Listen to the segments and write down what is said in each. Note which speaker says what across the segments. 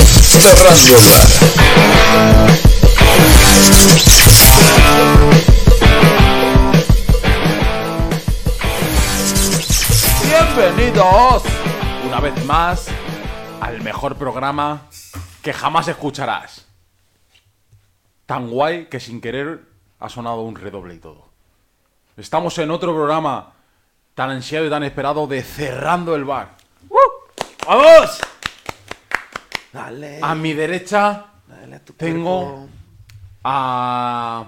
Speaker 1: Cerrando Bar.
Speaker 2: Bienvenidos una vez más al mejor programa que jamás escucharás. Tan guay que sin querer ha sonado un redoble y todo. Estamos en otro programa tan ansiado y tan esperado de Cerrando el Bar.
Speaker 3: ¡Vamos! Dale.
Speaker 2: A mi derecha
Speaker 3: Dale a tu
Speaker 2: tengo
Speaker 3: cuerpo.
Speaker 2: a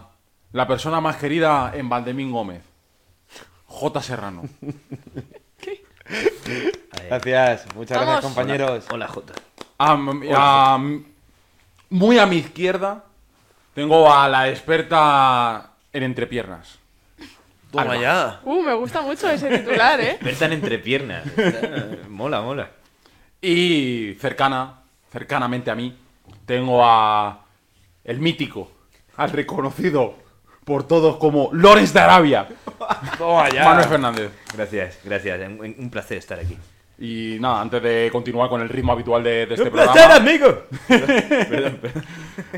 Speaker 2: la persona más querida en Valdemín Gómez, J. Serrano.
Speaker 4: Gracias, muchas
Speaker 5: Vamos.
Speaker 4: gracias compañeros.
Speaker 3: Hola, Jota.
Speaker 2: A m- a m- muy a mi izquierda tengo a la experta en entrepiernas.
Speaker 3: Toma ya.
Speaker 5: Uh, me gusta mucho ese titular, ¿eh?
Speaker 3: Bertan entre piernas. Está- mola, mola.
Speaker 2: Y cercana, cercanamente a mí, tengo a el mítico, al reconocido por todos como Lores de Arabia,
Speaker 4: Toma
Speaker 2: Manuel Fernández.
Speaker 3: Gracias, gracias. Un, un placer estar aquí.
Speaker 2: Y nada, antes de continuar con el ritmo habitual de, de este
Speaker 3: placer,
Speaker 2: programa,
Speaker 3: amigo! Perdón, perdón.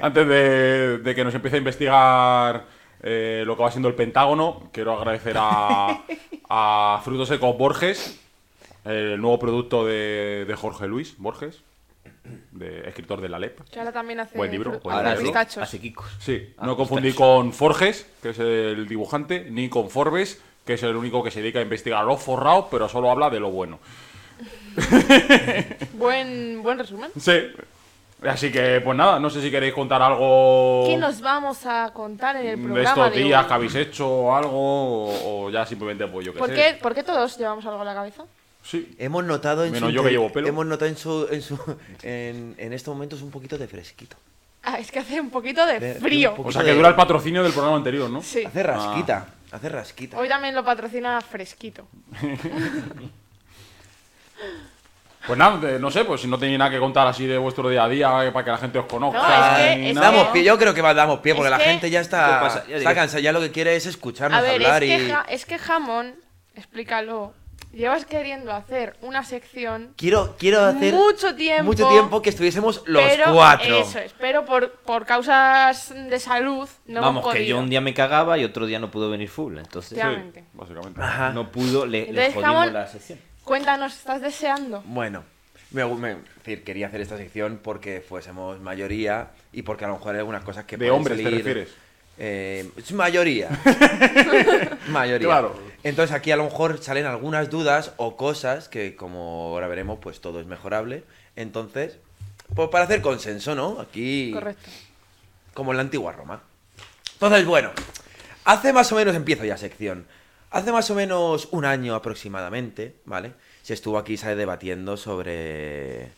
Speaker 2: antes de, de que nos empiece a investigar eh, lo que va siendo el Pentágono, quiero agradecer a, a Frutos Secos Borges, el nuevo producto de, de Jorge Luis Borges, de, escritor de la LEP.
Speaker 5: Que ahora también hace
Speaker 2: Buen libro,
Speaker 5: fru-
Speaker 2: buen
Speaker 5: hace
Speaker 2: libro.
Speaker 5: pistachos.
Speaker 3: Hace Kikos.
Speaker 2: Sí,
Speaker 3: Ah,
Speaker 2: no confundí con Forges, que es el dibujante, ni con Forbes, que es el único que se dedica a investigar a los forrados, pero solo habla de lo bueno.
Speaker 5: Buen, buen resumen.
Speaker 2: Sí. Así que, pues nada, no sé si queréis contar algo
Speaker 5: ¿Qué nos vamos a contar en el
Speaker 2: de
Speaker 5: programa
Speaker 2: Oh. Mm, estos
Speaker 5: de
Speaker 2: días
Speaker 5: hoy?
Speaker 2: que habéis hecho o algo, o, o ya simplemente pues yo que
Speaker 5: ¿Por
Speaker 2: sé.
Speaker 5: qué, por qué todos llevamos algo en la cabeza?
Speaker 2: Sí.
Speaker 4: Hemos notado en
Speaker 2: Menos
Speaker 4: su
Speaker 2: yo que
Speaker 4: inter-
Speaker 2: llevo pelo.
Speaker 4: Hemos notado en su en su en, en estos momentos un poquito de fresquito.
Speaker 5: Ah, es que hace un poquito de
Speaker 4: De- de un
Speaker 5: frío.
Speaker 4: poco-
Speaker 2: O sea que dura el patrocinio del programa anterior, ¿no?
Speaker 5: Sí.
Speaker 4: Hace rasquita,
Speaker 2: Ah.
Speaker 4: hace rasquita.
Speaker 5: Hoy también lo patrocina Fresquito.
Speaker 2: Pues nada, de- no sé, pues si no tenéis nada que contar así de vuestro día a día eh, para que la gente os conozca.
Speaker 5: No, es que-
Speaker 2: ni
Speaker 5: es
Speaker 2: nada.
Speaker 4: Ah, Damos pie, yo creo que va- damos pie porque
Speaker 5: Es
Speaker 4: la
Speaker 5: que-
Speaker 4: gente ya
Speaker 3: ¿Qué
Speaker 4: está,
Speaker 3: pasa? Ya
Speaker 4: está
Speaker 3: digo.
Speaker 4: cansada, ya lo que quiere es escucharnos
Speaker 5: A ver, es
Speaker 4: hablar
Speaker 5: que,
Speaker 4: y
Speaker 5: Ja- es que Jamón, explícalo, llevas queriendo hacer una sección
Speaker 4: quiero quiero hacer
Speaker 5: mucho tiempo.
Speaker 4: mucho tiempo que estuviésemos los
Speaker 5: pero,
Speaker 4: cuatro.
Speaker 5: Eso es, pero por, por causas de salud no hemos
Speaker 3: Vamos, que
Speaker 5: podido.
Speaker 3: yo un día me cagaba y otro día no pudo venir full, entonces
Speaker 5: Efectivamente.
Speaker 2: Básicamente.
Speaker 4: Ajá.
Speaker 3: no pudo, le, le
Speaker 5: Entonces,
Speaker 3: jodimos
Speaker 5: jamón-
Speaker 3: la sección.
Speaker 5: Cuéntanos, ¿estás deseando?
Speaker 4: Bueno, me, gu- me- es decir, quería hacer esta sección porque fuésemos mayoría y porque a lo mejor hay algunas cosas que
Speaker 2: ¿De
Speaker 4: pueden
Speaker 2: hombres te
Speaker 4: salir-
Speaker 2: refieres?
Speaker 4: Eh, es mayoría. mayoría.
Speaker 2: Claro.
Speaker 4: Entonces aquí a lo mejor salen algunas dudas o cosas que como ahora veremos, pues todo es mejorable. Entonces, pues para hacer consenso, ¿no? Aquí
Speaker 5: Correcto.
Speaker 4: como en la antigua Roma. Entonces, bueno, hace más o menos, empiezo ya sección, hace más o menos un año aproximadamente, ¿vale? Se estuvo aquí, se debatiendo sobre...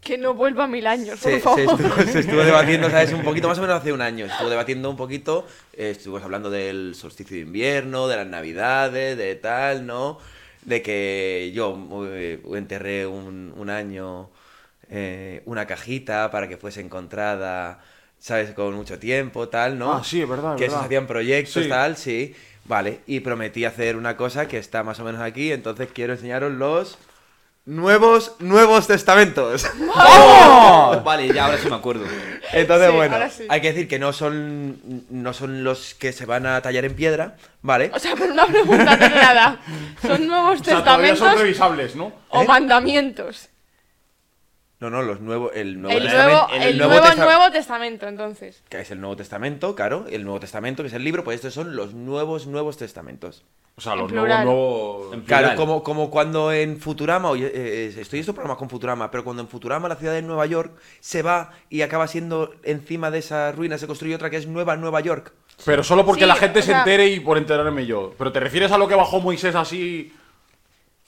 Speaker 5: Que no vuelva a mil años, por
Speaker 4: Se, se
Speaker 5: favor.
Speaker 4: estuvo, se estuvo debatiendo, ¿sabes? Un poquito, más o menos hace un año, se estuvo debatiendo un poquito, eh, estuvimos hablando del solsticio de invierno, de las navidades, de tal, ¿no? De que yo eh, enterré un, un año eh, una cajita para que fuese encontrada, ¿sabes? Con mucho tiempo, tal, ¿no?
Speaker 2: Ah, sí, es verdad, es
Speaker 4: Que se
Speaker 2: verdad.
Speaker 4: hacían proyectos,
Speaker 2: Sí.
Speaker 4: tal, sí. Vale, y prometí hacer una cosa que está más o menos aquí, entonces quiero enseñaros los nuevos, nuevos testamentos.
Speaker 3: Vale, ya ahora sí me acuerdo.
Speaker 4: Entonces,
Speaker 5: Sí, ahora
Speaker 4: bueno,
Speaker 5: sí.
Speaker 4: hay que decir que no son, no son los que se van a tallar en piedra, ¿vale?
Speaker 5: O sea, pero una pregunta de nada. ¿Son nuevos
Speaker 2: O sea, todavía
Speaker 5: testamentos
Speaker 2: son revisables, ¿no?
Speaker 5: o
Speaker 4: ¿Eh?
Speaker 5: mandamientos?
Speaker 4: No, no, los nuevos, el nuevo
Speaker 5: El
Speaker 4: testamento.
Speaker 5: nuevo, el nuevo,
Speaker 4: Testa-
Speaker 5: Nuevo testamento, entonces.
Speaker 4: Que es el Nuevo Testamento, claro, el Nuevo Testamento, que es el libro, pues estos son los nuevos, nuevos testamentos.
Speaker 2: O sea,
Speaker 5: En
Speaker 2: los nuevos,
Speaker 5: plural.
Speaker 2: nuevos...
Speaker 3: En
Speaker 4: Claro,
Speaker 3: Plural.
Speaker 4: como, como cuando en Futurama, oye, eh, eh, estoy en estos programas con Futurama, pero cuando en Futurama la ciudad de Nueva York se va y acaba siendo encima de esa ruina, se construye otra que es Nueva Nueva York.
Speaker 2: Pero solo porque
Speaker 5: Sí,
Speaker 2: la gente
Speaker 5: o
Speaker 2: se
Speaker 5: sea-
Speaker 2: entere y por enterarme yo. Pero te refieres a lo que bajó Moisés así.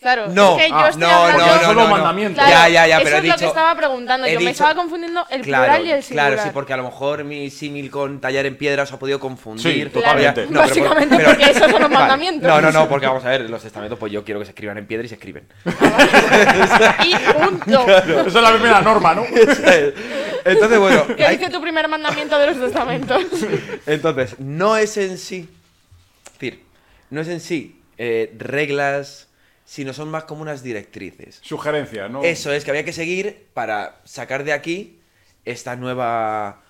Speaker 5: Claro,
Speaker 4: No,
Speaker 5: es que yo
Speaker 2: ah,
Speaker 5: estoy
Speaker 4: no,
Speaker 5: hablando...
Speaker 2: Porque
Speaker 4: no,
Speaker 2: son
Speaker 4: no,
Speaker 2: los
Speaker 4: no.
Speaker 2: mandamientos.
Speaker 5: Claro,
Speaker 4: Ya, ya, ya, pero
Speaker 5: eso
Speaker 4: he
Speaker 5: es lo que
Speaker 4: dicho-
Speaker 5: estaba preguntando.
Speaker 4: he
Speaker 5: Yo me
Speaker 4: dicho-
Speaker 5: estaba confundiendo el plural y el singular.
Speaker 4: Claro, sí, porque a lo mejor mi símil con tallar en piedra os ha podido confundir.
Speaker 2: Sí, totalmente.
Speaker 4: Pero ya- pero por-
Speaker 5: Básicamente porque esos son los
Speaker 4: Vale.
Speaker 5: mandamientos.
Speaker 4: No, no, no, porque vamos a ver, los testamentos, pues yo quiero que se escriban en piedra y se escriben.
Speaker 5: Y punto.
Speaker 2: Esa es la primera norma, ¿no?
Speaker 4: entonces, bueno,
Speaker 5: ¿Qué
Speaker 4: hay-
Speaker 5: dice tu primer mandamiento de los testamentos?
Speaker 4: entonces, no es en sí, es decir, no es en sí eh, reglas, sino son más como unas directrices.
Speaker 2: Sugerencia, ¿no?
Speaker 4: Eso es, que había que seguir para sacar de aquí esta nueva...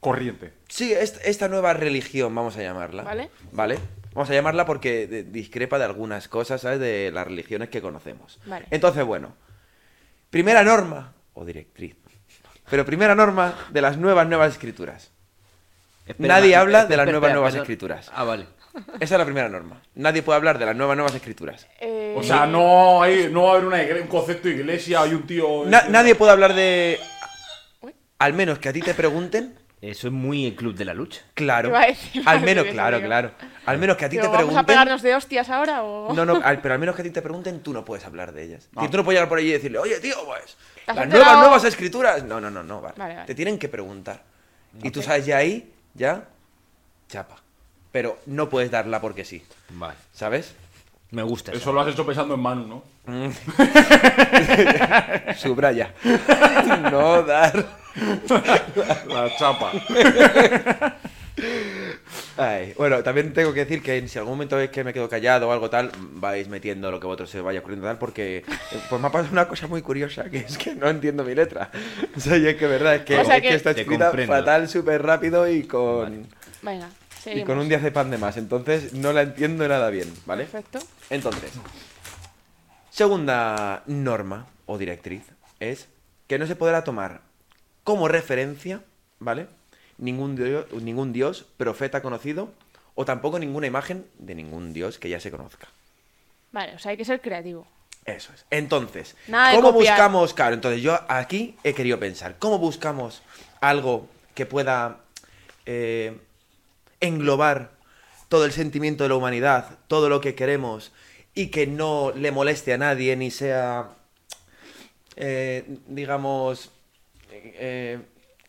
Speaker 2: Corriente.
Speaker 4: Sí, est- esta nueva religión, vamos a llamarla.
Speaker 5: Vale.
Speaker 4: Vale. Vamos a llamarla porque de- discrepa de algunas cosas, ¿sabes? De las religiones que conocemos.
Speaker 5: Vale.
Speaker 4: Entonces, bueno. Primera norma, o directriz. Pero primera norma de las nuevas, nuevas escrituras. Nadie habla de las nuevas, nuevas escrituras.
Speaker 3: Ah, vale.
Speaker 4: Esa es la primera norma. Nadie puede hablar de las nuevas, nuevas escrituras.
Speaker 5: Eh,
Speaker 2: O sea, no, hay, no va a haber una igle- un concepto de iglesia, hay un tío... eh,
Speaker 4: Na- nadie puede hablar de...
Speaker 5: Uy.
Speaker 4: Al menos que a ti te pregunten.
Speaker 3: Eso es Eh, muy el club de la lucha.
Speaker 4: Claro.
Speaker 5: Iba a decir,
Speaker 4: Al
Speaker 5: madre
Speaker 4: menos,
Speaker 5: mía,
Speaker 4: claro,
Speaker 5: tío.
Speaker 4: claro. Al menos que a ti
Speaker 5: digo,
Speaker 4: te
Speaker 5: ¿Vamos a
Speaker 4: pregunten.
Speaker 5: pegarnos de hostias ahora o.?
Speaker 4: No, no, al- pero al menos que a ti te pregunten, tú no puedes hablar de ellas.
Speaker 2: No.
Speaker 4: Y tú no puedes llegar por allí y decirle, oye, tío, pues,
Speaker 5: ¿Te has
Speaker 4: las
Speaker 5: enterado?
Speaker 4: nuevas, nuevas escrituras. No, no, no, no, vale.
Speaker 5: Vale, vale.
Speaker 4: Te tienen que preguntar. Y tú sabes ya ahí, ya, chapa. Pero no puedes darla porque sí,
Speaker 3: Vale.
Speaker 4: ¿sabes?
Speaker 3: Me gusta.
Speaker 2: Eso lo has hecho pensando en Manu, ¿no?
Speaker 4: Subraya. no dar.
Speaker 2: La chapa.
Speaker 4: Ay, Bueno, también tengo que decir que si algún momento es que me quedo callado o algo tal, vais metiendo lo que vosotros se vaya ocurriendo tal, porque eh, pues me ha pasado una cosa muy curiosa, que es que no entiendo mi letra. O sea, y es que verdad, es que,
Speaker 5: O sea
Speaker 4: es que
Speaker 5: que-
Speaker 4: está
Speaker 3: Te
Speaker 4: escrita
Speaker 3: comprendo.
Speaker 4: fatal, súper rápido y con,
Speaker 5: Venga,
Speaker 4: y
Speaker 5: seguimos.
Speaker 4: con un día de pan de más. Entonces no la entiendo nada bien, ¿vale?
Speaker 5: Perfecto.
Speaker 4: Entonces, segunda norma o directriz es que no se podrá tomar como referencia, ¿vale? Ningún dios, ningún dios, profeta conocido o tampoco ninguna imagen de ningún dios que ya se conozca.
Speaker 5: Vale, o sea, hay que ser creativo.
Speaker 4: Eso es. Entonces,
Speaker 5: Nada de
Speaker 4: ¿cómo
Speaker 5: copiar.
Speaker 4: buscamos? Claro, entonces yo aquí he querido pensar, ¿cómo buscamos algo que pueda eh, englobar todo el sentimiento de la humanidad, todo lo que queremos y que no le moleste a nadie ni sea, eh, digamos, eh,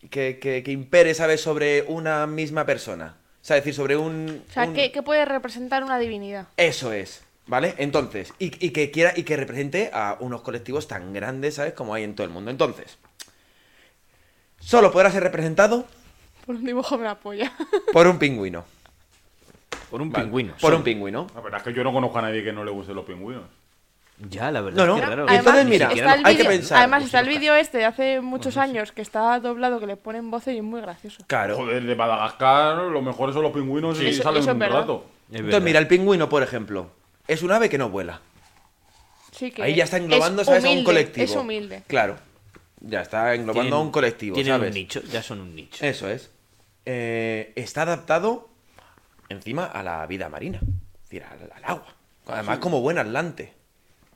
Speaker 4: que, que- que impere, ¿sabes?, sobre una misma persona. O sea, es decir, sobre un...
Speaker 5: O sea,
Speaker 4: un-
Speaker 5: ¿qué, qué puede representar una divinidad?
Speaker 4: eso es, ¿vale? Entonces, y, y que quiera y que represente a unos colectivos tan grandes, ¿sabes? Como hay en todo el mundo. Entonces, solo podrá ser representado
Speaker 5: Por un dibujo me la polla.
Speaker 4: por un pingüino.
Speaker 3: Por un
Speaker 4: ¿vale?
Speaker 3: pingüino.
Speaker 4: Por un pingüino.
Speaker 2: La verdad es que yo no conozco a nadie que no le gusten los pingüinos.
Speaker 3: Ya, la verdad.
Speaker 4: No, no.
Speaker 3: Es que raro.
Speaker 4: Y entonces, mira,
Speaker 3: Ni siquiera
Speaker 5: está el
Speaker 4: hay que
Speaker 5: vídeo-
Speaker 4: pensar,
Speaker 5: Además,
Speaker 4: pues,
Speaker 5: está el vídeo este de hace muchos años que está doblado, que le ponen voces y es muy gracioso.
Speaker 4: Claro.
Speaker 2: Joder, de Madagascar, lo mejor son los pingüinos y
Speaker 5: Eso-
Speaker 2: salen
Speaker 5: eso es
Speaker 2: un
Speaker 5: verdad.
Speaker 2: rato.
Speaker 3: Es
Speaker 4: Entonces,
Speaker 3: verdad.
Speaker 4: mira, el pingüino, por ejemplo, es un ave que no vuela.
Speaker 5: Sí, que
Speaker 4: Ahí ya está
Speaker 5: es
Speaker 4: englobando, ¿sabes? a un
Speaker 5: humilde,
Speaker 4: colectivo.
Speaker 5: Es humilde.
Speaker 4: Claro. Ya está englobando
Speaker 3: Tienen-
Speaker 4: a un colectivo,
Speaker 3: Tienen
Speaker 4: ¿sabes?
Speaker 3: un nicho. Ya son un nicho.
Speaker 4: Eso es. Eh, está adaptado encima a la vida marina. Es decir, al, al agua.
Speaker 3: Ah,
Speaker 4: Además, como buen atlante.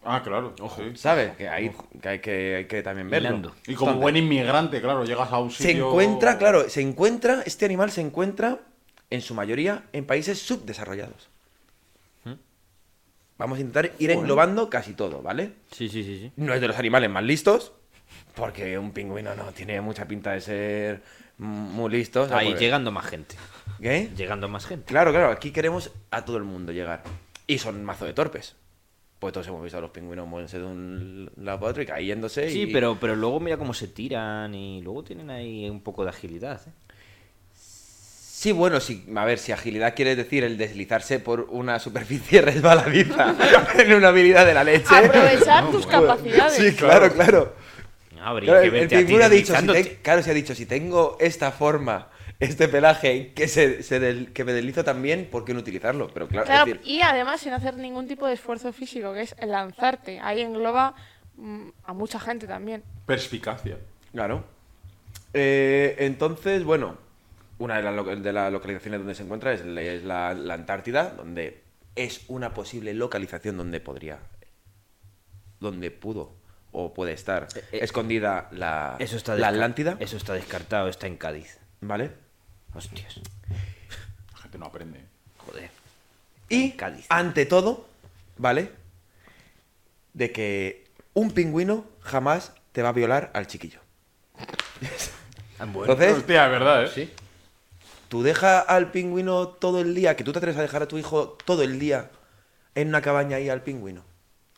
Speaker 2: Ah, claro. sí.
Speaker 4: ¿Sabes? Que hay que, hay que, hay que también verlo.
Speaker 3: Hilando.
Speaker 2: Y como
Speaker 4: Entonces,
Speaker 2: buen inmigrante, claro, llegas a un
Speaker 4: Se
Speaker 2: sitio...
Speaker 4: encuentra, claro, se encuentra, este animal se encuentra en su mayoría en países subdesarrollados.
Speaker 3: ¿Mm?
Speaker 4: Vamos a intentar ir englobando casi todo, ¿vale?
Speaker 3: Sí, sí, sí, sí.
Speaker 4: No es de los animales más listos, porque un pingüino no tiene mucha pinta de ser muy listo. o sea,
Speaker 3: Ahí
Speaker 4: porque-
Speaker 3: llegando más gente.
Speaker 4: ¿Qué?
Speaker 3: Llegando más gente.
Speaker 4: Claro, claro, aquí queremos a todo el mundo llegar. Y son mazo de torpes. Pues todos hemos visto a los pingüinos moverse de un lado para otro y cayéndose.
Speaker 3: Sí,
Speaker 4: y-
Speaker 3: pero, pero luego mira cómo se tiran y luego tienen ahí un poco de agilidad. ¿eh?
Speaker 4: Sí, bueno, sí, a ver, si agilidad quiere decir el deslizarse por una superficie resbaladiza en una habilidad de la leche.
Speaker 5: Aprovechar tus Ah, capacidades.
Speaker 4: Sí, claro, claro.
Speaker 3: No, Ah, habría
Speaker 4: Claro,
Speaker 3: que
Speaker 4: el, el
Speaker 3: verte a ti
Speaker 4: pingüino ha dicho, si
Speaker 3: deslizándote.
Speaker 4: te- claro, se ha dicho, si tengo esta forma, este pelaje, que, se, se del- que me deslizo también, ¿por qué no utilizarlo? Pero claro, es
Speaker 5: Claro,
Speaker 4: decir,
Speaker 5: y además sin hacer ningún tipo de esfuerzo físico, que es el lanzarte. Ahí engloba mm, a mucha gente también.
Speaker 2: Perspicacia.
Speaker 4: Claro. Eh, entonces, bueno, una de, las lo- de las localizaciones donde se encuentra es, la- es la, la Antártida, donde es una posible localización donde podría, donde pudo o puede estar
Speaker 3: eh,
Speaker 4: escondida la,
Speaker 3: Eso está
Speaker 4: la
Speaker 3: desca-
Speaker 4: Atlántida,
Speaker 3: Eso está descartado, está en Cádiz.
Speaker 4: ¿vale?
Speaker 3: Hostias.
Speaker 2: La gente no aprende. ¿eh?
Speaker 3: Joder.
Speaker 4: Y
Speaker 3: En Cádiz.
Speaker 4: ante todo, ¿vale? De que un pingüino jamás te va a violar al chiquillo. Ah,
Speaker 3: Bueno,
Speaker 4: Entonces,
Speaker 2: Hostia, es verdad, ¿eh?
Speaker 3: sí.
Speaker 4: ¿Tú dejas al pingüino todo el día? ¿Que tú te atreves a dejar a tu hijo todo el día en una cabaña ahí al pingüino?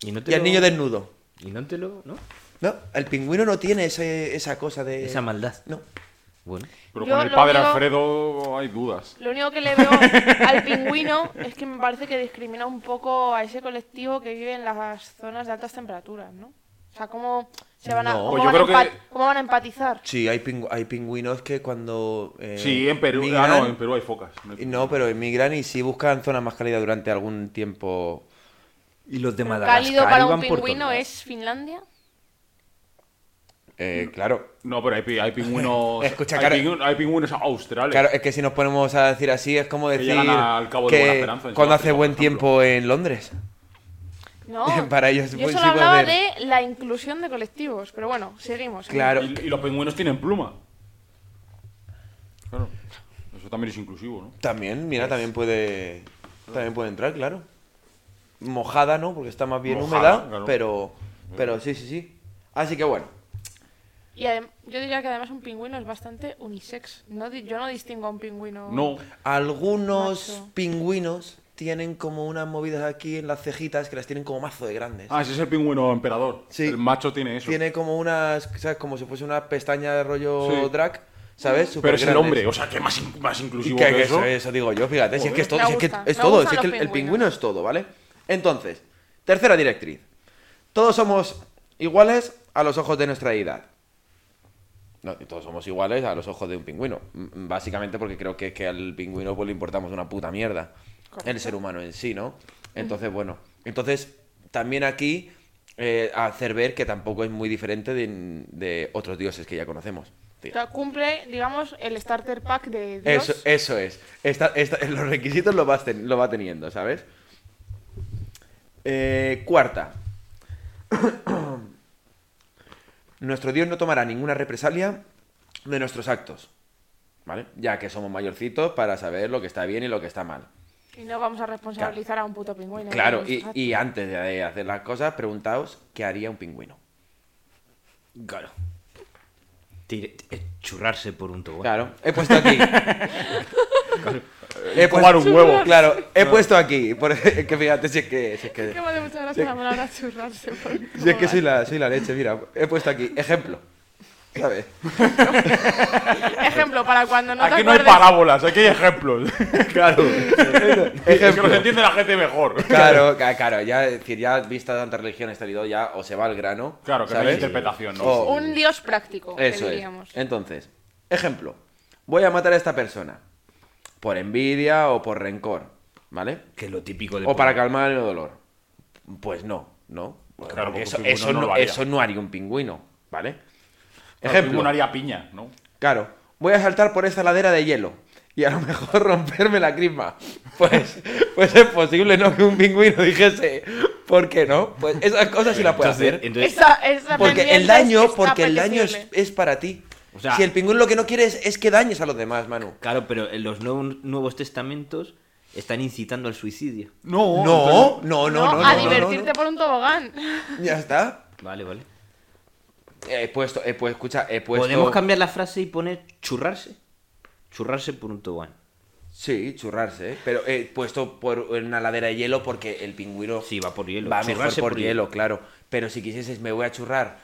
Speaker 3: Y, no te
Speaker 4: Y al
Speaker 3: lo-
Speaker 4: niño Eh, desnudo.
Speaker 3: Y no te lo. ¿no?
Speaker 4: No, el pingüino no tiene ese- esa cosa de...
Speaker 3: Esa maldad.
Speaker 4: No.
Speaker 3: Bueno.
Speaker 2: Pero
Speaker 5: Yo
Speaker 2: con el
Speaker 5: lo
Speaker 2: padre
Speaker 5: digo-
Speaker 2: Alfredo hay dudas.
Speaker 5: Lo único que le veo al pingüino es que me parece que discrimina un poco a ese colectivo que vive en las zonas de altas temperaturas, ¿no? O sea, ¿cómo se van a,
Speaker 4: No.
Speaker 5: cómo
Speaker 2: Pues yo
Speaker 5: van a
Speaker 2: creo que-
Speaker 5: empa- cómo van a empatizar?
Speaker 4: Sí, hay, pingu- hay pingüinos que cuando. eh,
Speaker 2: Sí, en Perú. Ah,
Speaker 4: migran-
Speaker 2: no, en Perú hay focas. no hay-
Speaker 4: No, pero emigran y sí buscan zonas más cálidas durante algún tiempo.
Speaker 1: Y los de
Speaker 5: Pero
Speaker 1: Madagascar
Speaker 5: cálido para un
Speaker 1: iban por
Speaker 5: pingüino
Speaker 1: todos.
Speaker 5: es Finlandia.
Speaker 2: Mm.
Speaker 4: Eh, claro.
Speaker 2: No, pero hay, pi- hay pingüinos.
Speaker 4: Escucha,
Speaker 2: hay,
Speaker 4: claro.
Speaker 2: pingüinos hay pingüinos australes.
Speaker 4: Claro, es que si nos ponemos a decir así, es como decir
Speaker 2: llegan al Cabo de
Speaker 4: que
Speaker 2: Buena Esperanza, en
Speaker 4: cuando
Speaker 2: Sudáfrica,
Speaker 4: hace buen
Speaker 2: por ejemplo.
Speaker 4: tiempo en Londres.
Speaker 5: No.
Speaker 4: Para ellos
Speaker 5: yo
Speaker 4: pues,
Speaker 5: solo
Speaker 4: sí puede
Speaker 5: hablaba
Speaker 4: haber.
Speaker 5: de la inclusión de colectivos, pero bueno, seguimos.
Speaker 4: Claro.
Speaker 2: Y, y los pingüinos tienen pluma. Claro. Eso también es inclusivo, ¿no?
Speaker 4: También, mira, también puede también puede entrar, claro. Mojada, ¿no? Porque está más bien
Speaker 2: Mojada,
Speaker 4: húmeda,
Speaker 2: claro. Mm.
Speaker 4: pero pero sí, sí, sí. Así que bueno.
Speaker 5: Y adem- yo diría que además un pingüino es bastante unisex. No di- yo no distingo a un pingüino.
Speaker 2: No.
Speaker 4: Algunos
Speaker 5: Macho.
Speaker 4: pingüinos tienen como unas movidas aquí en las cejitas que las tienen como mazo de grandes.
Speaker 2: Ah, ese es el pingüino emperador.
Speaker 4: Sí.
Speaker 2: El macho tiene eso.
Speaker 4: Tiene como unas, ¿sabes? Como si fuese una pestaña de rollo
Speaker 2: Sí.
Speaker 4: drag, ¿sabes?
Speaker 2: pero es el
Speaker 4: Supergrandes.
Speaker 2: hombre, o sea, que más, in- más
Speaker 4: Y
Speaker 2: inclusivo
Speaker 4: que,
Speaker 2: que,
Speaker 4: que
Speaker 2: eso.
Speaker 4: eso, eso digo yo, fíjate, si es que es todo,
Speaker 5: Me
Speaker 4: si es, que
Speaker 5: gusta,
Speaker 4: es
Speaker 5: me
Speaker 4: todo,
Speaker 5: gustan
Speaker 4: si es que el,
Speaker 5: los
Speaker 4: el
Speaker 5: pingüinos.
Speaker 4: pingüino es todo, ¿vale? Entonces, tercera directriz. Todos somos iguales a los ojos de nuestra edad. No, y todos somos iguales a los ojos de un pingüino. M- m- Básicamente porque creo que, que al pingüino pues, le importamos una puta mierda. El ser humano en sí, ¿no? Entonces, bueno. Entonces, también aquí eh, hacer ver que tampoco es muy diferente de, de otros dioses que ya conocemos.
Speaker 5: O sea, cumple, digamos, el starter pack de Dios.
Speaker 4: Eso, eso es. Esta- esta- los requisitos lo, vas ten- lo va teniendo, ¿sabes? Eh, cuarta. Nuestro Dios no tomará ninguna represalia de nuestros actos. ¿Vale? Ya que somos mayorcitos para saber lo que está bien y lo que está mal.
Speaker 5: Y no vamos a responsabilizar a un puto pingüino.
Speaker 4: eh, Claro,
Speaker 5: Vamos,
Speaker 4: y,
Speaker 5: exacto.
Speaker 4: y antes de hacer las cosas, preguntaos qué haría un pingüino.
Speaker 1: Claro. Tire- eh, Churrarse por un tubo.
Speaker 4: Claro, he puesto aquí. he
Speaker 2: Jugar un huevo.
Speaker 4: Claro, he puesto aquí. por- que fíjate si es que. Si es que,
Speaker 5: Que me hace mucha gracia la palabra churrarse. porque-
Speaker 4: si es que soy, la, soy la leche, mira. He puesto aquí. Ejemplo. ¿Sabes?
Speaker 5: Ejemplo, para cuando no te
Speaker 2: Aquí no hay
Speaker 5: acuerdes-
Speaker 2: parábolas, aquí hay ejemplos. claro. Es que
Speaker 4: Ejemplo.
Speaker 2: nos entiende la gente mejor.
Speaker 4: Claro, ca- claro, ya, es decir, ya vista tantas religiones este video, ya o se va al grano.
Speaker 2: Claro, que no hay
Speaker 4: ¿sabes?
Speaker 2: interpretación, ¿no?
Speaker 4: O-
Speaker 5: Un dios práctico, que
Speaker 4: Eso es.
Speaker 5: diríamos.
Speaker 4: Entonces, ejemplo. Voy a matar a esta persona. Por envidia o por rencor. ¿Vale?
Speaker 1: Que es lo típico de.
Speaker 4: O para calmar el dolor. Pues no, ¿no? Bueno,
Speaker 2: Claro,
Speaker 4: porque
Speaker 2: porque
Speaker 4: eso,
Speaker 2: un pingüino
Speaker 4: eso
Speaker 2: no
Speaker 4: no
Speaker 2: lo haría.
Speaker 4: eso no haría un pingüino, ¿vale?
Speaker 2: Ejemplo.
Speaker 4: Ejemplo,
Speaker 2: Una haría piña, ¿no?
Speaker 4: claro, voy a saltar por esta ladera de hielo y a lo mejor romperme la crisma. Pues, pues es posible, ¿no? Que un pingüino dijese, ¿por qué no? Pues esas cosas sí las puede
Speaker 1: Entonces-
Speaker 4: hacer.
Speaker 1: entonces-
Speaker 5: Esa- esa
Speaker 4: Porque el
Speaker 5: pendiente
Speaker 4: daño,
Speaker 5: está
Speaker 4: porque el daño es,
Speaker 5: apetecible.
Speaker 4: es para ti.
Speaker 1: O sea-
Speaker 4: si el pingüino lo que no quiere es, es que dañes a los demás, Manu.
Speaker 1: Claro, pero en los nuevos, nuevos testamentos están incitando al suicidio.
Speaker 2: No,
Speaker 4: No, no, no, no. no,
Speaker 5: a
Speaker 4: no, no,
Speaker 5: divertirte por un tobogán.
Speaker 4: no. Ya está.
Speaker 1: Vale, vale.
Speaker 4: He puesto, he puesto, escucha, he puesto.
Speaker 1: Podemos cambiar la frase y poner churrarse. Churrarse por un tobogán.
Speaker 4: Sí, churrarse, ¿eh? pero he puesto por una ladera de hielo porque el pingüino
Speaker 1: Sí, va por hielo.
Speaker 4: va mejor
Speaker 1: Churrarse
Speaker 4: por, hielo, claro. Pero si quisieses, me voy a churrar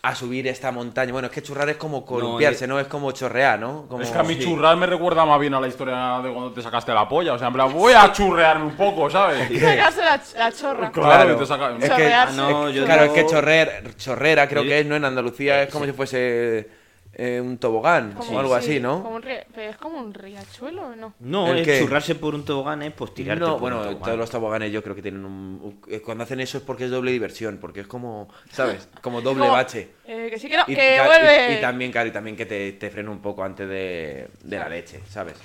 Speaker 4: a subir esta montaña. Bueno, es que churrar es como columpiarse,
Speaker 1: es-
Speaker 4: ¿no? eh, Es como chorrear, ¿no? Como-
Speaker 2: Es que a mí
Speaker 4: Sí.
Speaker 2: churrar me recuerda más bien a la historia de cuando te sacaste la polla. O sea, en plan, voy a churrearme un poco, ¿sabes?
Speaker 5: Sacarse la, ch- la chorra.
Speaker 2: Claro. y te saca-
Speaker 4: Es que,
Speaker 5: Chorrear,
Speaker 4: es-
Speaker 1: Ah, no, yo
Speaker 4: Ah, claro,
Speaker 1: no.
Speaker 4: es que chorrer, chorrera creo
Speaker 1: Yo-
Speaker 4: que es, ¿no? En Andalucía es como
Speaker 1: sí.
Speaker 4: si fuese eh, un tobogán
Speaker 5: Como-
Speaker 4: o algo
Speaker 5: sí,
Speaker 4: así, ¿no?
Speaker 5: como un rie- pero es como un riachuelo, ¿no?
Speaker 1: No,
Speaker 4: ¿El
Speaker 1: es
Speaker 4: qué?
Speaker 1: churrarse por un tobogán es pues tirarte
Speaker 4: No,
Speaker 1: por
Speaker 4: bueno,
Speaker 1: un tobogán.
Speaker 4: todos los toboganes yo creo que tienen un... eh, Cuando hacen eso es porque es doble diversión, porque es como, ¿sabes? Como doble
Speaker 5: Como,
Speaker 4: bache.
Speaker 5: eh, que sí que no,
Speaker 4: Y,
Speaker 5: que
Speaker 4: ca- y-
Speaker 5: vuelve.
Speaker 4: y también, claro, y también que te, te frena un poco antes de, de la leche, ¿sabes?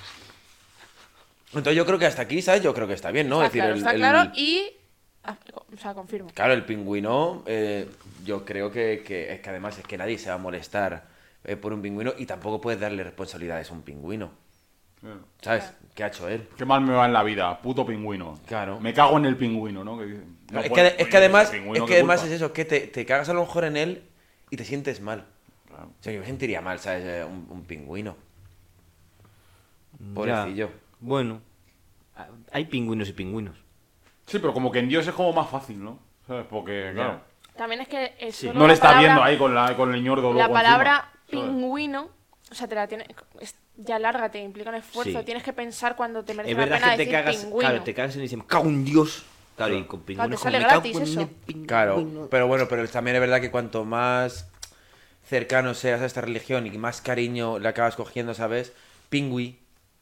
Speaker 4: Entonces yo creo que hasta aquí, ¿sabes? Yo creo que está bien, ¿no?
Speaker 5: está
Speaker 4: Es decir,
Speaker 5: claro,
Speaker 4: el-
Speaker 5: está
Speaker 4: el-
Speaker 5: claro y... ah, O sea, confirmo.
Speaker 4: Claro, el pingüino, eh, yo creo que, que- es que además es que nadie se va a molestar eh, por un pingüino y tampoco puedes darle responsabilidades a un pingüino. ¿Sabes? ¿Qué ha hecho él?
Speaker 2: Qué mal me va en la vida, puto pingüino.
Speaker 4: Claro.
Speaker 2: Me cago en el pingüino, ¿no? Que dicen. No,
Speaker 4: es, que,
Speaker 2: bueno,
Speaker 4: ade- es
Speaker 2: coño,
Speaker 4: que además,
Speaker 2: el
Speaker 4: es
Speaker 2: pingüino,
Speaker 4: que
Speaker 2: ¿qué
Speaker 4: además es
Speaker 2: culpa?
Speaker 4: eso, que te, te cagas a lo mejor en él y te sientes mal.
Speaker 2: Claro.
Speaker 4: O sea, yo me sentiría mal, ¿sabes? Eh, Un, un pingüino.
Speaker 1: Ya.
Speaker 4: Pobrecillo.
Speaker 1: Bueno, a- hay pingüinos y pingüinos.
Speaker 2: Sí, pero como que en Dios es como más fácil, ¿no? ¿Sabes? Porque, claro.
Speaker 5: También es que es solo
Speaker 2: No le
Speaker 5: la
Speaker 2: está
Speaker 5: palabra-
Speaker 2: viendo ahí con, la, con el ñordo.
Speaker 5: La
Speaker 2: loco encima,
Speaker 5: palabra
Speaker 2: ¿sabes?
Speaker 5: pingüino, o sea, te la tiene, es- ya lárgate, implica un esfuerzo.
Speaker 1: Sí.
Speaker 5: Tienes que pensar cuando te merece
Speaker 1: Es
Speaker 5: la
Speaker 1: verdad
Speaker 5: pena
Speaker 1: que te
Speaker 5: decir
Speaker 1: cagas,
Speaker 5: pingüino.
Speaker 1: claro, te cagas y dices, cago en Dios. Claro, y con
Speaker 5: Claro, te
Speaker 1: pingüinos
Speaker 5: sale
Speaker 1: como me cago
Speaker 5: gratis
Speaker 1: en
Speaker 5: eso.
Speaker 1: el pingüino.
Speaker 4: Claro, pero bueno, pero también es verdad que cuanto más cercano seas a esta religión y más cariño le acabas cogiendo, ¿sabes? Pingüi,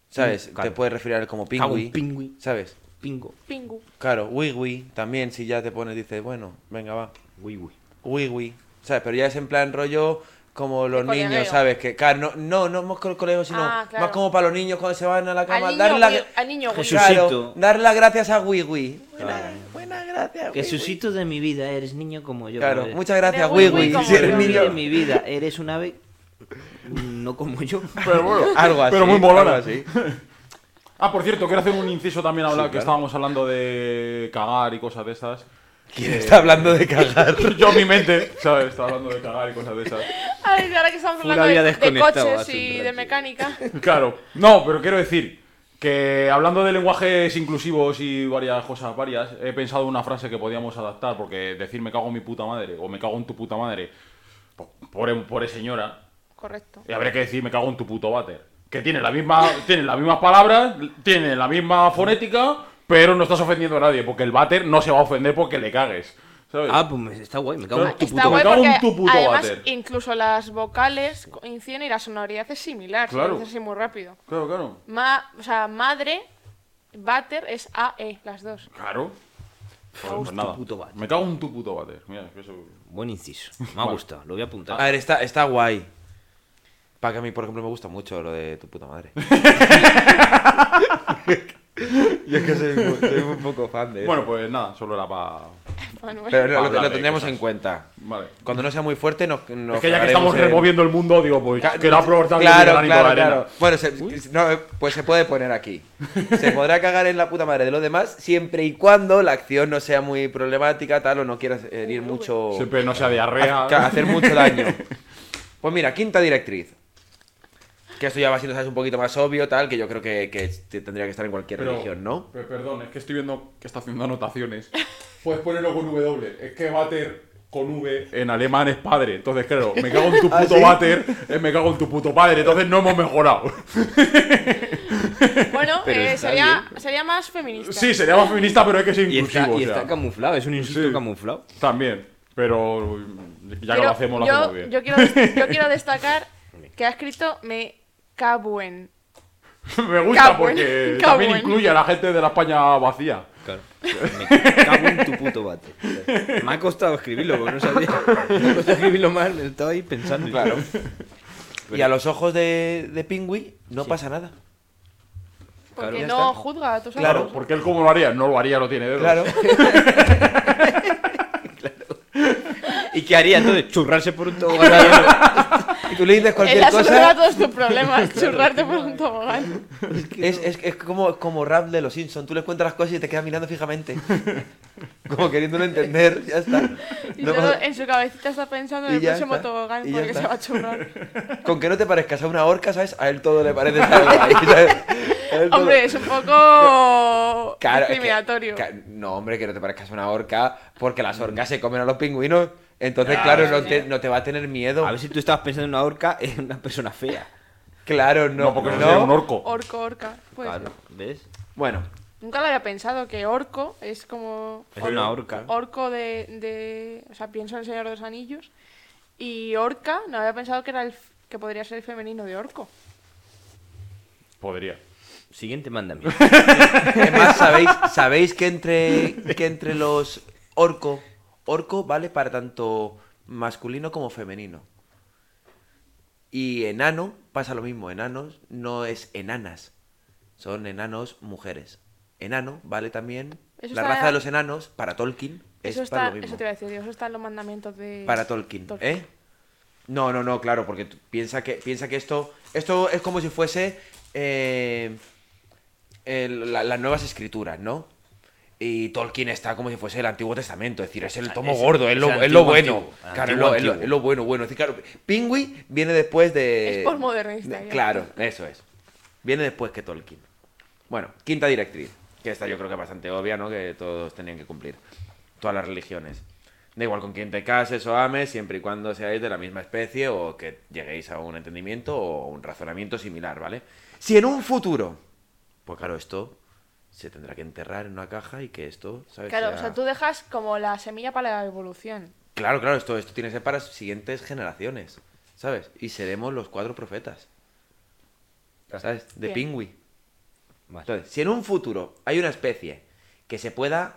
Speaker 4: ¿sabes?
Speaker 1: Mm, claro.
Speaker 4: Te puedes referir a él como
Speaker 1: Cago
Speaker 4: pingüi,
Speaker 1: en pingüi.
Speaker 4: ¿sabes?
Speaker 1: Pingo.
Speaker 5: Pingu.
Speaker 4: Claro, wiwi, también si ya te pones, dices, bueno, venga, va,
Speaker 1: Uy, uy.
Speaker 4: wiwi, ¿sabes? Pero ya es en plan rollo como los
Speaker 5: colegueo.
Speaker 4: niños, ¿sabes? Que, claro, no, no, no más con el colegio, sino
Speaker 5: Ah, claro.
Speaker 4: más como para los niños cuando se van a la cama.
Speaker 5: niño
Speaker 4: dar la-
Speaker 5: wi- al niño wi-
Speaker 4: Claro,
Speaker 1: Jesucito.
Speaker 4: dar las gracias a wiwi. Buenas, buenas gracias,
Speaker 1: Que
Speaker 4: wiwi.
Speaker 1: Jesucito de mi vida, eres niño como yo.
Speaker 4: Claro,
Speaker 1: Eres-
Speaker 4: muchas
Speaker 5: Eres
Speaker 4: gracias,
Speaker 5: muy
Speaker 4: Wiwi.
Speaker 5: como
Speaker 4: Si eres
Speaker 5: yo.
Speaker 1: Jesucito
Speaker 4: niño-
Speaker 1: de mi vida, eres un ave no como yo.
Speaker 4: Pero bueno, algo así.
Speaker 2: Pero muy molona.
Speaker 4: algo así.
Speaker 2: Ah, por cierto, quiero hacer un inciso también a hablar
Speaker 4: Sí,
Speaker 2: que
Speaker 4: claro.
Speaker 2: estábamos hablando de cagar y cosas de esas.
Speaker 4: ¿Quién está hablando de cagar?
Speaker 2: Yo mi mente, ¿sabes? Estaba hablando de cagar y cosas de esas.
Speaker 5: Ay, ahora que estamos
Speaker 1: Full
Speaker 5: hablando
Speaker 1: había
Speaker 5: de, de
Speaker 1: desconectado
Speaker 5: coches
Speaker 1: hace un
Speaker 5: y de
Speaker 1: ratito.
Speaker 5: mecánica.
Speaker 2: Claro. No, pero quiero decir que hablando de lenguajes inclusivos y varias cosas varias, he pensado una frase que podíamos adaptar, porque decir me cago en mi puta madre o me cago en tu puta madre, po- pobre, pobre señora,
Speaker 5: Correcto.
Speaker 2: y habría que decir me cago en tu puto váter. Que tiene, la misma, tiene las mismas palabras, tiene la misma fonética, pero no estás ofendiendo a nadie, porque el váter no se va a ofender porque le cagues. ¿sabes?
Speaker 1: Ah, pues me- está guay, me cago en tu
Speaker 5: Está
Speaker 1: puto
Speaker 2: Me
Speaker 1: madre.
Speaker 5: guay
Speaker 2: cago en
Speaker 5: porque
Speaker 2: tu puto
Speaker 5: además
Speaker 2: váter.
Speaker 5: incluso las vocales coinciden y la sonoridad es similar.
Speaker 2: Claro.
Speaker 5: Se dice así muy rápido.
Speaker 2: Claro, claro.
Speaker 5: Ma- o sea, madre, váter es AE, las dos.
Speaker 2: Claro. Pues,
Speaker 1: en
Speaker 2: pues
Speaker 1: tu
Speaker 2: nada.
Speaker 1: puto váter.
Speaker 2: Me cago en tu puto váter. Mira, es que eso...
Speaker 1: Buen inciso. Me ha gustado, lo voy a apuntar.
Speaker 4: A ver, está, está guay. Para que a mí, por ejemplo, me gusta mucho lo de tu puta madre. Yo es que soy, muy- soy un poco fan de eso.
Speaker 2: Bueno, pues nada, solo era para...
Speaker 5: Manuel.
Speaker 4: Pero lo-
Speaker 2: Para
Speaker 4: lo,
Speaker 2: hablar de
Speaker 4: tendremos
Speaker 2: cosas.
Speaker 4: en cuenta.
Speaker 2: Vale.
Speaker 4: Cuando no sea muy fuerte, nos. nos
Speaker 2: es que ya que
Speaker 4: cagaremos
Speaker 2: estamos
Speaker 4: en-
Speaker 2: removiendo el mundo, digo, pues
Speaker 4: Claro,
Speaker 2: quiero aprovechar
Speaker 4: Claro,
Speaker 2: el
Speaker 4: claro,
Speaker 2: de arena.
Speaker 4: claro. Bueno, se- no, eh, pues se puede poner aquí. Se podrá cagar en la puta madre de los demás siempre y cuando la acción no sea muy problemática, tal, o no quieras herir mucho.
Speaker 2: Siempre no sea diarrea.
Speaker 4: Claro, hacer mucho daño. Pues mira, quinta directriz. Que esto ya va siendo, ¿sabes? Un poquito más obvio, tal, que yo creo que, que te- tendría que estar en cualquier
Speaker 2: Pero-
Speaker 4: religión, ¿no?
Speaker 2: pero perdón, es que estoy viendo que está haciendo anotaciones. Puedes ponerlo con W. Es que váter con V en alemán es padre. Entonces, claro, me cago en tu
Speaker 4: ¿Ah,
Speaker 2: puto
Speaker 4: sí?
Speaker 2: váter, eh, me cago en tu puto padre. Entonces no hemos mejorado.
Speaker 5: Bueno,
Speaker 4: Pero
Speaker 5: eh,
Speaker 4: está
Speaker 5: sería, sería más feminista.
Speaker 2: Sí, sería más feminista, pero hay que ser
Speaker 1: Y está,
Speaker 2: inclusivo.
Speaker 1: y
Speaker 2: o sea,
Speaker 1: está camuflado, es un insulto
Speaker 2: Sí.
Speaker 1: camuflado.
Speaker 2: También. Pero mm, ya que
Speaker 5: Quiero-
Speaker 2: lo hacemos, lo
Speaker 5: yo,
Speaker 2: hacemos bien.
Speaker 5: Yo quiero, des- yo quiero destacar que ha escrito me cabuen.
Speaker 2: me gusta
Speaker 5: Cabuen,
Speaker 2: porque
Speaker 5: cabuen.
Speaker 2: también incluye a la gente de la España vacía.
Speaker 1: Claro. Me cago en tu puto bate. Me ha costado escribirlo, porque no sabía. Me ha costado escribirlo mal, estaba ahí pensando.
Speaker 4: Claro. Y a los ojos de, de Pingüi no pasa nada.
Speaker 5: Porque
Speaker 4: ya
Speaker 5: no
Speaker 4: está.
Speaker 5: juzga, tú sabes.
Speaker 4: Claro.
Speaker 2: Porque él, ¿cómo lo haría? No lo haría, no tiene dedos.
Speaker 4: Claro.
Speaker 1: ¿Y qué haría entonces? Churrarse por un tobogán.
Speaker 4: Y tú le dices
Speaker 5: Él
Speaker 4: cualquier
Speaker 5: ha solucionado
Speaker 4: cosa.
Speaker 5: todos tus problemas, churrarte por un tobogán.
Speaker 4: Es, es, es como, como rap de los Simpsons. Tú les cuentas las cosas y te quedas mirando fijamente. Como queriéndolo entender, ya está.
Speaker 5: Y
Speaker 4: No-
Speaker 5: luego en su cabecita está pensando en
Speaker 4: Y
Speaker 5: el
Speaker 4: ya
Speaker 5: próximo
Speaker 4: está,
Speaker 5: tobogán
Speaker 4: y ya
Speaker 5: porque se
Speaker 4: está.
Speaker 5: va a churrar.
Speaker 4: con que no te parezcas a una orca, ¿sabes? A él todo le parece estar guay, ¿sabes? A él todo-
Speaker 5: Hombre, es un poco
Speaker 4: Claro, es que-
Speaker 5: discriminatorio.
Speaker 4: ca- no, hombre, que no te parezcas una orca, porque las orcas se comen a los pingüinos. Entonces, claro, no te, no te va a tener miedo.
Speaker 1: A ver si tú estabas pensando en una orca, en una persona fea.
Speaker 4: Claro,
Speaker 2: No,
Speaker 4: no.
Speaker 2: porque no,
Speaker 4: no.
Speaker 2: sería un orco.
Speaker 5: Orco, orca. Pues,
Speaker 1: Claro, ¿ves?
Speaker 4: Bueno,
Speaker 5: Nunca lo había pensado que orco es como.
Speaker 1: Es una orca.
Speaker 5: Orco de, de- O sea, pienso en el Señor de los Anillos. Y orca, no había pensado que era el f- que podría ser el femenino de orco.
Speaker 2: Podría.
Speaker 1: Siguiente mandamiento.
Speaker 4: además, ¿sabéis, sabéis que, entre, que entre los orco, orco vale para tanto masculino como femenino. Y enano pasa lo mismo. Enanos no es enanas. Son enanos mujeres. Enano vale también.
Speaker 5: Eso
Speaker 4: la
Speaker 5: está-
Speaker 4: raza de los enanos para Tolkien es
Speaker 5: Eso,
Speaker 4: para
Speaker 5: está,
Speaker 4: lo mismo.
Speaker 5: eso te iba a decir, digo, eso está en los mandamientos de.
Speaker 4: para Tolkien,
Speaker 5: Tolkien.
Speaker 4: ¿eh? No, no, no, claro, porque tú- piensa que piensa que esto esto es como si fuese eh, el- la- las nuevas escrituras, ¿no? Y Tolkien está como si fuese el Antiguo Testamento, es decir, es el tomo
Speaker 1: Ah, Es-
Speaker 4: gordo, es
Speaker 1: es
Speaker 4: lo,
Speaker 1: el
Speaker 4: es
Speaker 1: antiguo,
Speaker 4: lo
Speaker 1: Ah.
Speaker 4: bueno.
Speaker 1: antiguo,
Speaker 4: Claro, es lo, es lo-
Speaker 1: antiguo.
Speaker 4: es lo bueno, bueno. Es decir, claro, Pingüi viene después de.
Speaker 5: Es posmodernista,
Speaker 4: de-
Speaker 5: ya.
Speaker 4: Claro, eso es. Viene después que Tolkien. Bueno, quinta directriz. Que esta yo creo que es bastante obvia, ¿no? Que todos tenían que cumplir. Todas las religiones. Da igual con quién te cases o ames, siempre y cuando seáis de la misma especie o que lleguéis a un entendimiento o un razonamiento similar, ¿vale? Si en un futuro. Pues claro, esto. se tendrá que enterrar en una caja y que esto, ¿sabes?
Speaker 5: Claro,
Speaker 4: Sea-
Speaker 5: o sea, tú dejas como la semilla para la evolución.
Speaker 4: Claro, claro, esto, esto tiene que ser para las siguientes generaciones, ¿sabes? Y seremos los cuatro profetas, ¿sabes? De
Speaker 5: Bien.
Speaker 4: pingüi.
Speaker 1: Vale.
Speaker 4: Entonces, si en un futuro hay una especie que se pueda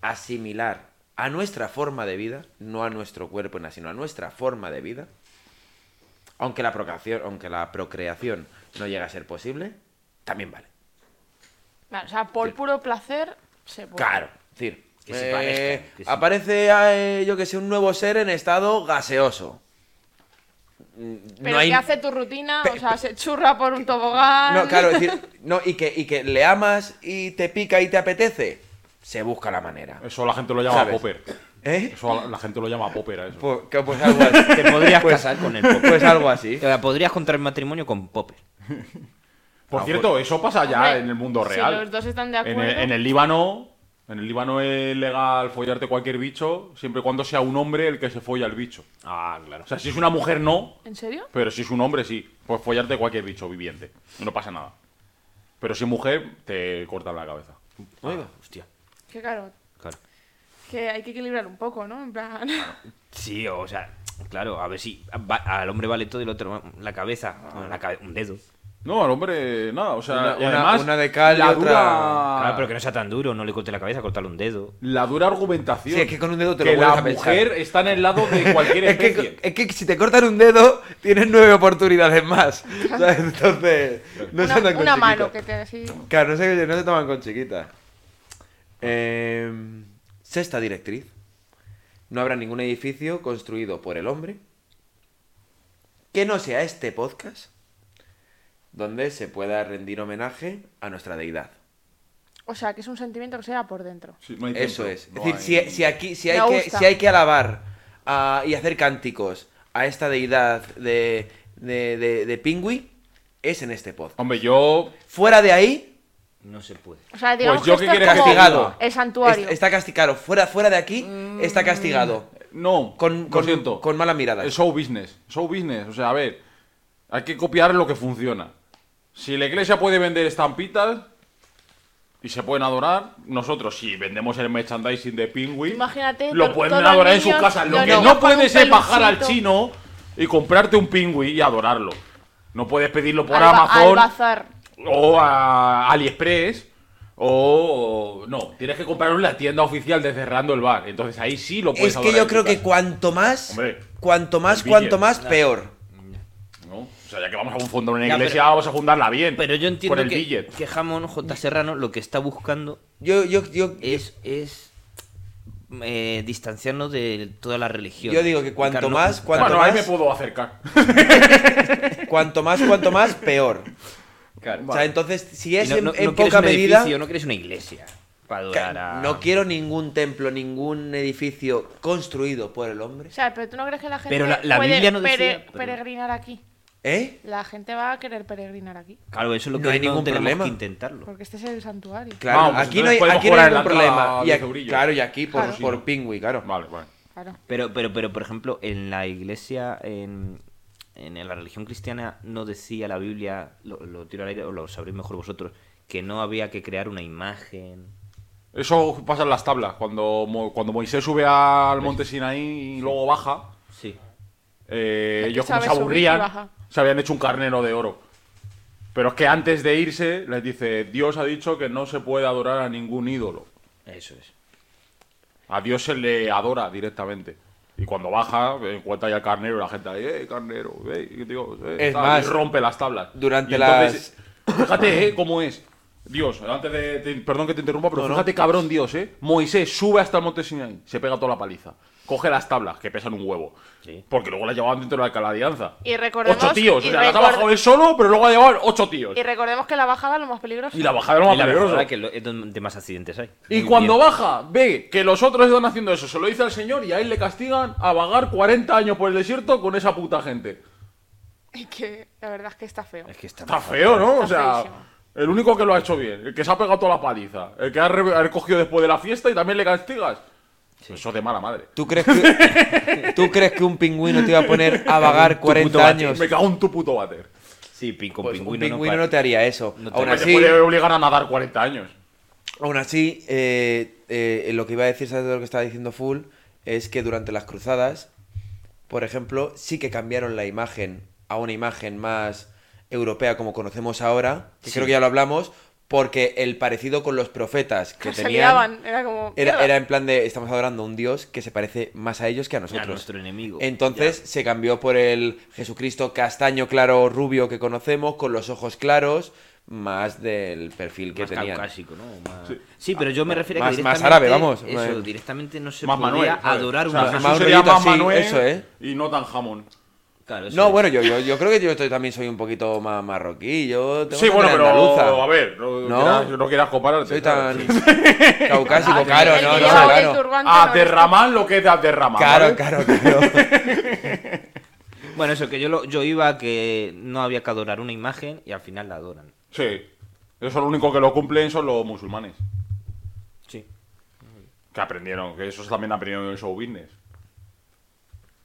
Speaker 4: asimilar a nuestra forma de vida, no a nuestro cuerpo, ni nada, sino a nuestra forma de vida, aunque la procreación, aunque la procreación no llegue a ser posible, también vale.
Speaker 5: Vale, o sea, por
Speaker 4: Sí.
Speaker 5: puro placer se puede.
Speaker 4: Claro, es decir,
Speaker 1: Que se
Speaker 4: eh,
Speaker 1: parezcan, que se-
Speaker 4: aparece, eh, yo que sé, un nuevo ser en estado gaseoso. Mm,
Speaker 5: Pero
Speaker 4: hay-
Speaker 5: que hace tu rutina, o sea, se churra por un tobogán.
Speaker 4: No, claro, es decir, no, y que, y que le amas y te pica y te apetece, se busca la manera.
Speaker 2: Eso la gente lo llama
Speaker 4: ¿Sabes?
Speaker 2: popper.
Speaker 4: ¿Eh?
Speaker 2: Eso la, la gente lo llama popper a eso.
Speaker 4: Pues, que- pues algo así.
Speaker 1: Te podrías
Speaker 4: Pues-
Speaker 1: casar con el Popper.
Speaker 4: Pues algo así.
Speaker 1: O sea, Podrías contraer matrimonio con Popper.
Speaker 2: Por
Speaker 4: Ah,
Speaker 2: cierto, eso pasa ya
Speaker 5: Hombre,
Speaker 2: en el mundo
Speaker 5: si
Speaker 2: real.
Speaker 5: los dos están de
Speaker 2: En el- En el,
Speaker 5: acuerdo.
Speaker 2: Líbano, en el Líbano es legal follarte cualquier bicho, siempre y cuando sea un hombre el que se folla el bicho.
Speaker 1: Ah, claro.
Speaker 2: O sea, si es una mujer no,
Speaker 5: ¿En serio?
Speaker 2: pero si es un hombre sí, pues follarte cualquier bicho viviente, no pasa nada. Pero si es mujer te cortan la cabeza.
Speaker 4: Oiga, hostia.
Speaker 5: Que claro,
Speaker 1: claro.
Speaker 5: que hay que equilibrar un poco, ¿no? En plan.
Speaker 1: Sí, o sea, claro, a ver si va- al hombre vale todo y el otro la cabeza, bueno, la cabe- un dedo.
Speaker 2: No, al hombre nada, o sea,
Speaker 4: Una-
Speaker 2: y
Speaker 4: una-
Speaker 2: además
Speaker 4: una de cal y
Speaker 2: la
Speaker 4: otra-
Speaker 2: dura
Speaker 1: Claro, pero que no sea tan duro, no le corte la cabeza, cortarle un dedo.
Speaker 2: la dura argumentación
Speaker 4: Sí, es que con un dedo te lo
Speaker 2: que
Speaker 4: vuelves
Speaker 2: la
Speaker 4: a pensar.
Speaker 2: mujer está en el lado de cualquier
Speaker 4: Es
Speaker 2: especie.
Speaker 4: que, es que si te cortan un dedo, tienes nueve oportunidades más. ¿sabes? Entonces, no se
Speaker 5: una
Speaker 4: andan con
Speaker 5: una mano que
Speaker 4: chiquitas.
Speaker 5: te así.
Speaker 4: Claro, no se, no se toman con chiquitas. Eh, sexta directriz. No habrá ningún edificio construido por el hombre que no sea este podcast donde se pueda rendir homenaje a nuestra deidad.
Speaker 5: O sea, que es un sentimiento que se lleva por dentro.
Speaker 2: Sí, no hay
Speaker 4: Eso
Speaker 2: templo,
Speaker 4: es. Es
Speaker 2: no
Speaker 4: decir,
Speaker 2: hay-
Speaker 4: si, si aquí, si
Speaker 5: Me
Speaker 4: hay, que,
Speaker 5: gusta.
Speaker 4: si hay que alabar ah, y hacer cánticos a esta deidad de, de, de, de Pingüi, es en este podcast.
Speaker 2: Hombre, yo
Speaker 4: Fuera de ahí,
Speaker 1: No se puede.
Speaker 5: O sea, digamos
Speaker 2: Pues yo
Speaker 5: que
Speaker 2: qué
Speaker 5: esto es
Speaker 2: quieres que
Speaker 5: como
Speaker 4: castigado.
Speaker 5: el santuario. Mm.
Speaker 4: Es- está castigado. Fuera, fuera de aquí, está castigado.
Speaker 2: No,
Speaker 4: Con,
Speaker 2: lo
Speaker 4: con,
Speaker 2: siento.
Speaker 4: con mala mirada.
Speaker 2: Es show business, show business. O sea, a ver, hay que copiar lo que funciona. Si la iglesia puede vender estampitas y se pueden adorar, nosotros si vendemos el merchandising de Pingüi,
Speaker 5: Imagínate
Speaker 2: lo
Speaker 5: to-
Speaker 2: pueden
Speaker 5: todos
Speaker 2: adorar en
Speaker 5: niños,
Speaker 2: su casa. Lo
Speaker 5: los
Speaker 2: que
Speaker 5: niños
Speaker 2: no
Speaker 5: con un
Speaker 2: puedes es bajar al
Speaker 5: peluchito.
Speaker 2: chino y comprarte un Pingüi y adorarlo. No puedes pedirlo por
Speaker 5: Al ba- Al
Speaker 2: Amazon
Speaker 5: bazar.
Speaker 2: o a AliExpress o no, tienes que comprarlo en la tienda oficial de cerrando el bar. Entonces ahí sí lo puedes
Speaker 4: Es que
Speaker 2: adorar
Speaker 4: yo
Speaker 2: en tu
Speaker 4: creo que
Speaker 2: casa.
Speaker 4: cuanto más,
Speaker 2: Hombre,
Speaker 4: cuanto más,
Speaker 2: envidia.
Speaker 4: cuanto más, peor.
Speaker 2: ¿no? O sea, ya que vamos a fundar una
Speaker 1: Ya,
Speaker 2: iglesia,
Speaker 1: pero-
Speaker 2: vamos a fundarla bien.
Speaker 1: Pero yo
Speaker 2: Con
Speaker 1: entiendo
Speaker 2: el
Speaker 1: que,
Speaker 2: billet.
Speaker 1: que Jamón J. Serrano lo que está buscando
Speaker 4: Yo, yo, yo,
Speaker 1: es, es eh, distanciarnos de toda la religión.
Speaker 4: Yo digo que cuanto
Speaker 1: Claro, no-
Speaker 4: más, cuanto-
Speaker 2: Bueno, ahí me
Speaker 4: más-
Speaker 2: puedo acercar.
Speaker 4: cuanto más, cuanto más, peor.
Speaker 1: Claro.
Speaker 4: O sea, entonces, si
Speaker 1: Y
Speaker 4: es
Speaker 1: no-
Speaker 4: en,
Speaker 1: no-
Speaker 4: en
Speaker 1: no quieres
Speaker 4: poca
Speaker 1: un
Speaker 4: medida.
Speaker 1: edificio, no quieres una iglesia para adorar
Speaker 4: ca-
Speaker 1: a-
Speaker 4: No quiero ningún templo, ningún edificio construido por el hombre.
Speaker 5: O sea, pero tú no crees que la gente
Speaker 1: Pero la- la
Speaker 5: puede
Speaker 1: Biblia no
Speaker 5: pere-
Speaker 1: decía, pero-
Speaker 5: peregrinar aquí.
Speaker 4: ¿Eh?
Speaker 5: La gente va a querer peregrinar aquí.
Speaker 1: Claro, eso es lo que
Speaker 4: No hay
Speaker 1: no
Speaker 4: ningún
Speaker 1: tenemos
Speaker 4: problema.
Speaker 1: que intentarlo.
Speaker 5: Porque este es el santuario.
Speaker 4: Claro,
Speaker 2: Vamos, pues
Speaker 4: aquí no hay,
Speaker 2: entonces
Speaker 4: aquí no
Speaker 2: podemos
Speaker 4: hay
Speaker 2: cobrar
Speaker 4: ningún
Speaker 2: la entrada
Speaker 4: problema.
Speaker 2: a
Speaker 4: Y
Speaker 2: 10
Speaker 4: aquí-
Speaker 2: eurillos.
Speaker 4: claro, y aquí por,
Speaker 5: Claro.
Speaker 4: por Pingüi, claro.
Speaker 2: Vale, vale.
Speaker 5: Claro.
Speaker 1: Pero, pero, pero, por ejemplo, en la iglesia, en, en la religión cristiana, no decía la Biblia, lo, lo tiro al aire, o lo sabréis mejor vosotros, que no había que crear una imagen.
Speaker 2: Eso pasa en las tablas. Cuando, Mo- cuando Moisés sube al monte Sinaí y luego baja,
Speaker 1: Sí.
Speaker 2: eh,
Speaker 5: Es que
Speaker 2: ellos como se
Speaker 5: sabe subir y
Speaker 2: aburrían,
Speaker 5: baja.
Speaker 2: se habían hecho un carnero de oro. Pero es que antes de irse, les dice, Dios ha dicho que no se puede adorar a ningún ídolo.
Speaker 1: Eso es.
Speaker 2: A Dios se le adora directamente. Y cuando baja, encuentra ya al carnero y la gente ahí, ¡eh, carnero! eh", y digo, eh,
Speaker 4: Es
Speaker 2: tal,
Speaker 4: más,
Speaker 2: y rompe las tablas.
Speaker 4: durante
Speaker 2: Y entonces, Fíjate, ¿eh? ¿Cómo es? Dios, antes de. te- perdón que te interrumpa, pero
Speaker 4: No, no.
Speaker 2: fíjate, cabrón, Dios, ¿eh? Moisés sube hasta el monte Sinaí, se pega toda la paliza. Coge las tablas, que pesan un huevo.
Speaker 1: Sí.
Speaker 2: Porque luego la llevaban dentro de la caladianza.
Speaker 5: Y recordemos-
Speaker 2: Ocho tíos,
Speaker 5: y
Speaker 2: o sea, las ha
Speaker 5: record-
Speaker 2: bajado él solo, pero luego la llevaban ocho tíos.
Speaker 5: Y recordemos que la bajada es lo más peligroso.
Speaker 2: Pues- Y la bajada era lo
Speaker 1: Y la
Speaker 2: más peligrosa.
Speaker 1: verdad que lo- es donde más accidentes hay.
Speaker 2: Ah, Y
Speaker 1: Muy
Speaker 2: cuando
Speaker 1: bien.
Speaker 2: baja, ve que los otros están haciendo eso, se lo dice al señor y a él le castigan a vagar 40 años por el desierto con esa puta gente.
Speaker 5: Y que la verdad es que está feo.
Speaker 1: Es que está,
Speaker 2: Está feo, ¿no? O
Speaker 5: Está
Speaker 2: sea,
Speaker 5: feísimo.
Speaker 2: el único que lo ha hecho bien, el que se ha pegado toda la paliza, el que ha recogido después de la fiesta y también le castigas. Eso es de mala madre.
Speaker 4: ¿Tú crees, que, ¿Tú crees que un pingüino te iba a poner a vagar 40 años?
Speaker 2: Me cago en tu puto váter.
Speaker 1: Sí, pin- con
Speaker 4: Pues un
Speaker 1: pingüino. no
Speaker 4: pingüino
Speaker 1: pa-
Speaker 4: no te haría eso.
Speaker 1: no te
Speaker 4: Aún
Speaker 1: haría.
Speaker 2: Me
Speaker 4: así,
Speaker 2: puede obligar a nadar 40 años.
Speaker 4: Aún así, eh, eh, lo que iba a decir, ¿sabes de lo que estaba diciendo Full? Es que durante las cruzadas, por ejemplo, sí que cambiaron la imagen a una imagen más europea como conocemos ahora, que creo que ya lo hablamos, porque el parecido con los profetas que
Speaker 5: se
Speaker 4: tenían...
Speaker 5: liaban, era como...
Speaker 4: Era,
Speaker 5: mierda.
Speaker 4: era en plan de, estamos adorando a un dios que se parece más a ellos que a
Speaker 1: a
Speaker 4: nosotros.
Speaker 1: nuestro enemigo.
Speaker 4: Entonces se cambió por el Jesucristo castaño claro rubio que conocemos, con los ojos claros, más del perfil
Speaker 1: Ya,
Speaker 4: que
Speaker 1: más
Speaker 4: tenían.
Speaker 1: caucásico, ¿no? Más-
Speaker 2: Sí.
Speaker 1: Sí. pero yo me refiero a que
Speaker 4: Más- más
Speaker 1: directamente...
Speaker 4: árabe, vamos.
Speaker 1: Eso, directamente no se
Speaker 2: Más
Speaker 1: podía
Speaker 2: Manuel. ¿sabes?
Speaker 1: adorar
Speaker 2: O
Speaker 1: un
Speaker 2: sea,
Speaker 1: más-
Speaker 2: Jesús
Speaker 4: Manuel
Speaker 2: sería más
Speaker 4: sí,
Speaker 2: Manuel
Speaker 4: eso, ¿eh?
Speaker 2: y no tan jamón.
Speaker 1: Claro, eso
Speaker 4: No,
Speaker 1: es.
Speaker 4: bueno, yo, yo, yo creo que yo estoy- también soy un poquito más marroquí. Yo tengo
Speaker 2: Sí, bueno,
Speaker 4: sangre
Speaker 2: pero
Speaker 4: andaluza.
Speaker 2: a ver, no,
Speaker 4: ¿No?
Speaker 2: Quieras, no quieras compararte.
Speaker 4: Soy
Speaker 2: ¿sabes?
Speaker 4: tan
Speaker 2: Ah,
Speaker 4: caucásico, claro,
Speaker 5: El
Speaker 4: no,
Speaker 5: que
Speaker 4: no,
Speaker 5: lleva el
Speaker 4: claro.
Speaker 5: turbante
Speaker 2: A
Speaker 5: no es-
Speaker 2: derramar lo que es de derramar.
Speaker 4: Claro,
Speaker 2: ¿vale?
Speaker 4: claro, claro.
Speaker 1: Bueno, eso, que yo, lo- yo iba a que no había que adorar una imagen y al final la adoran.
Speaker 2: Sí. Eso lo único que lo cumplen son los musulmanes.
Speaker 1: Sí.
Speaker 2: Que aprendieron, que esos también aprendieron en el show business.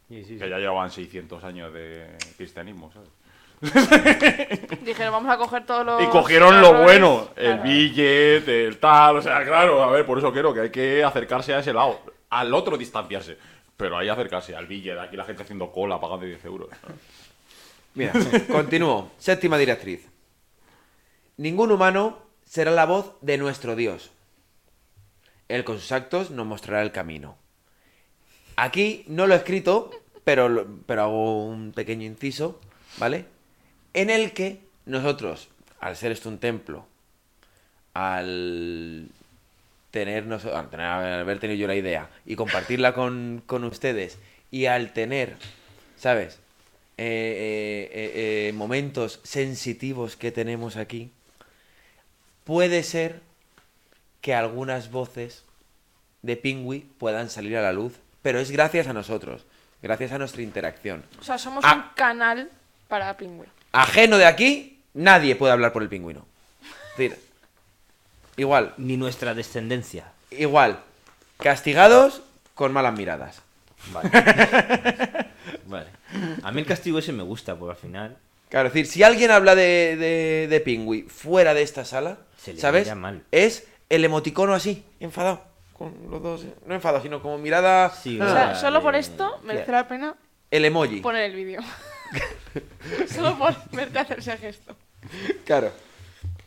Speaker 2: Que ya llevaban 600 años de cristianismo, ¿sabes?
Speaker 5: Dijeron, vamos a coger todos los...
Speaker 2: Y cogieron lo
Speaker 5: errores".
Speaker 2: bueno, el
Speaker 5: Claro.
Speaker 2: billete, el tal, o sea, claro, a ver, por eso quiero que hay que acercarse a ese lado, al otro distanciarse, pero hay que acercarse al billete, aquí la gente haciendo cola, pagando 10 euros.
Speaker 4: Mira, continúo. Séptima directriz. Ningún humano será la voz de nuestro Dios. Él con sus actos nos mostrará el camino. Aquí no lo he escrito, pero, lo- pero hago un pequeño inciso, ¿vale? En el que nosotros, al ser esto un templo, al tener, noso- al tener- al haber tenido yo la idea y compartirla con, con ustedes y al tener, ¿sabes? Eh, eh, eh, eh, momentos sensitivos que tenemos aquí, puede ser que algunas voces de Pingüi puedan salir a la luz, pero es gracias a nosotros, gracias a nuestra interacción.
Speaker 5: O sea, somos
Speaker 4: Ah.
Speaker 5: un canal para pingüino.
Speaker 4: Ajeno de aquí, nadie puede hablar por el pingüino. Es decir, igual,
Speaker 1: Ni nuestra descendencia.
Speaker 4: Igual, castigados con malas miradas.
Speaker 1: Vale. vale. A mí el castigo ese me gusta, porque al final
Speaker 4: Claro, es decir, si alguien habla de, de, de Pingüi fuera de esta sala,
Speaker 1: Se le
Speaker 4: ¿sabes?
Speaker 1: mira mal.
Speaker 4: Es el emoticono así, enfadado. Con los dos, eh, no enfadado, sino como mirada.
Speaker 1: Sí,
Speaker 5: O
Speaker 4: Ah,
Speaker 5: sea,
Speaker 1: Vale.
Speaker 5: solo por esto merece la pena
Speaker 4: El emoji.
Speaker 5: poner el vídeo. solo por verte hacer ese gesto.
Speaker 4: Claro.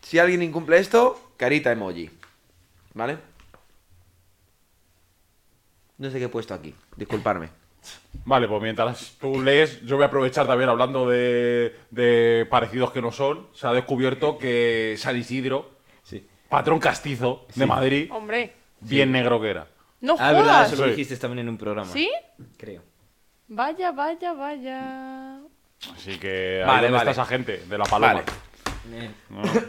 Speaker 4: Si alguien incumple esto, carita emoji. ¿Vale? No sé qué he puesto aquí, disculparme.
Speaker 2: Vale, pues mientras tú lees, yo voy a aprovechar también hablando de, de parecidos que no son, se ha descubierto que San Isidro, patrón castizo de Madrid,
Speaker 5: Hombre,
Speaker 2: bien negro que era.
Speaker 5: no
Speaker 1: Ah, verdad,
Speaker 5: jodas.
Speaker 1: eso lo
Speaker 2: Sí.
Speaker 1: dijiste también en un programa.
Speaker 5: ¿Sí?
Speaker 1: Creo.
Speaker 5: Vaya, vaya, vaya.
Speaker 2: Así que ahí
Speaker 4: Vale,
Speaker 2: donde
Speaker 4: vale.
Speaker 2: está esa gente, de la paloma.
Speaker 4: Vale.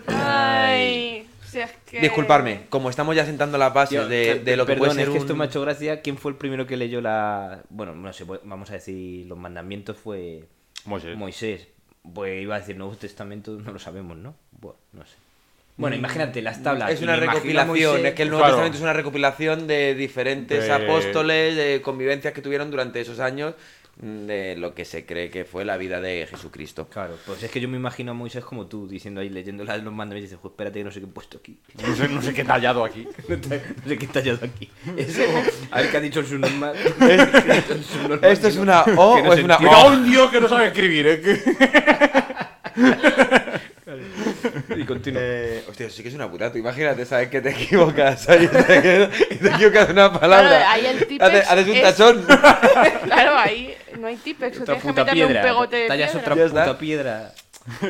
Speaker 5: Ay, si es que...
Speaker 4: Disculparme, como estamos ya sentando las bases
Speaker 1: Yo,
Speaker 4: de,
Speaker 1: per-
Speaker 4: de lo que
Speaker 1: perdón,
Speaker 4: puede ser.
Speaker 1: es que esto
Speaker 4: un-
Speaker 1: me ha hecho gracia. ¿Quién fue el primero que leyó la...? Bueno, no sé, pues, vamos a decir, los mandamientos fue
Speaker 2: Moisés.
Speaker 1: Moisés. Pues iba a decir Nuevo Testamento, no lo sabemos, ¿no? Bueno, no sé. Bueno, imagínate las tablas.
Speaker 4: Mm, Es
Speaker 1: y
Speaker 4: una
Speaker 1: me imagino a
Speaker 4: recopilación,
Speaker 1: Moisés-
Speaker 4: es que el Nuevo
Speaker 2: Claro.
Speaker 4: Testamento es una recopilación de diferentes
Speaker 2: De-
Speaker 4: apóstoles, de convivencias que tuvieron durante esos años, mm, de lo que se cree que fue la vida de Jesucristo.
Speaker 1: Claro, pues es que yo me imagino a Moisés como tú, diciendo ahí, leyendo la- los mandamientos, y dices, "Jo, espérate que no sé qué he puesto aquí.
Speaker 2: No sé, no sé qué tallado aquí.
Speaker 1: No sé qué he tallado aquí. Eso, a ver qué ha dicho el subnormal.
Speaker 4: Esto es una O
Speaker 1: que no
Speaker 4: o es
Speaker 1: se
Speaker 4: una
Speaker 2: Me cago
Speaker 4: O.
Speaker 2: en Dios que no sabe escribir, ¿eh? Que-
Speaker 1: Y continúa.
Speaker 4: Eh, hostia, eso sí que es una puta. Tú imagínate, sabes que te equivocas ahí, te quedas- y te equivocas de una palabra.
Speaker 5: Claro, ahí el típex
Speaker 4: haces, haces un
Speaker 5: es-
Speaker 4: tachón.
Speaker 5: Claro, ahí no hay tipex.
Speaker 1: otra
Speaker 5: Tienes que
Speaker 1: puta
Speaker 5: meterle un
Speaker 1: piedra.
Speaker 5: pegote de
Speaker 1: tallas
Speaker 5: piedra.
Speaker 1: otra
Speaker 4: Ya está.
Speaker 1: puta piedra.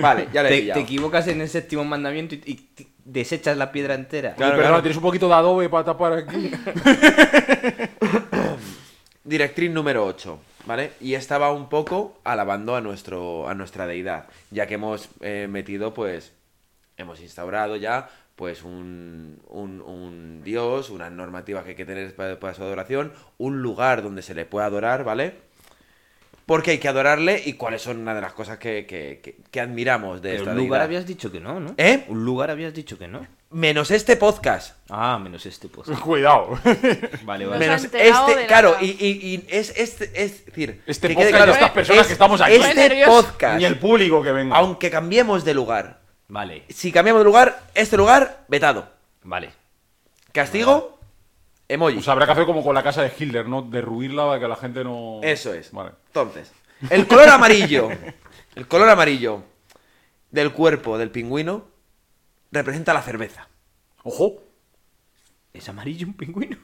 Speaker 4: Vale, ya le he
Speaker 1: Te, te
Speaker 4: pillado.
Speaker 1: equivocas en el séptimo mandamiento y, y- y desechas la piedra entera.
Speaker 4: Claro,
Speaker 2: Perdona,
Speaker 4: claro.
Speaker 2: tienes un poquito de adobe para tapar aquí.
Speaker 4: Directriz número 8, ¿vale? Y estaba un poco alabando a, nuestro, a nuestra deidad, ya que hemos eh, metido, pues, hemos instaurado ya, pues, un, un- un dios, unas normativas que hay que tener para, para su adoración, un lugar donde se le pueda adorar, ¿vale? Porque hay que adorarle y cuáles son una de las cosas que, que- que- que admiramos de
Speaker 1: Pero
Speaker 4: esta
Speaker 1: un lugar
Speaker 4: deidad.
Speaker 1: habías dicho que no, ¿no?
Speaker 4: ¿Eh?
Speaker 1: Un lugar habías dicho que no.
Speaker 4: Menos este podcast.
Speaker 1: Ah, menos este post.
Speaker 2: Cuidado.
Speaker 1: Vale, vale.
Speaker 5: No se ha
Speaker 4: Menos
Speaker 5: enterado
Speaker 4: este,
Speaker 5: de
Speaker 4: claro,
Speaker 5: nada.
Speaker 4: y, y- y es, es, es decir,
Speaker 2: Este
Speaker 4: que quede
Speaker 2: podcast
Speaker 4: claro,
Speaker 2: de estas personas que estamos aquí.
Speaker 5: Estoy
Speaker 4: Este
Speaker 5: nervioso.
Speaker 4: podcast,
Speaker 2: Ni el público que venga.
Speaker 4: aunque cambiemos de lugar,
Speaker 1: Vale,
Speaker 4: si cambiamos de lugar, este lugar, vetado.
Speaker 1: vale.
Speaker 4: Castigo, emoji.
Speaker 2: O sea, habrá que hacer como con la casa de Hitler, ¿no? Derruirla para que la gente no.
Speaker 4: Eso es.
Speaker 2: Vale.
Speaker 4: Entonces, el color amarillo. El color amarillo del cuerpo del pingüino representa la cerveza.
Speaker 2: ¡Ojo!
Speaker 1: ¿Es amarillo un pingüino?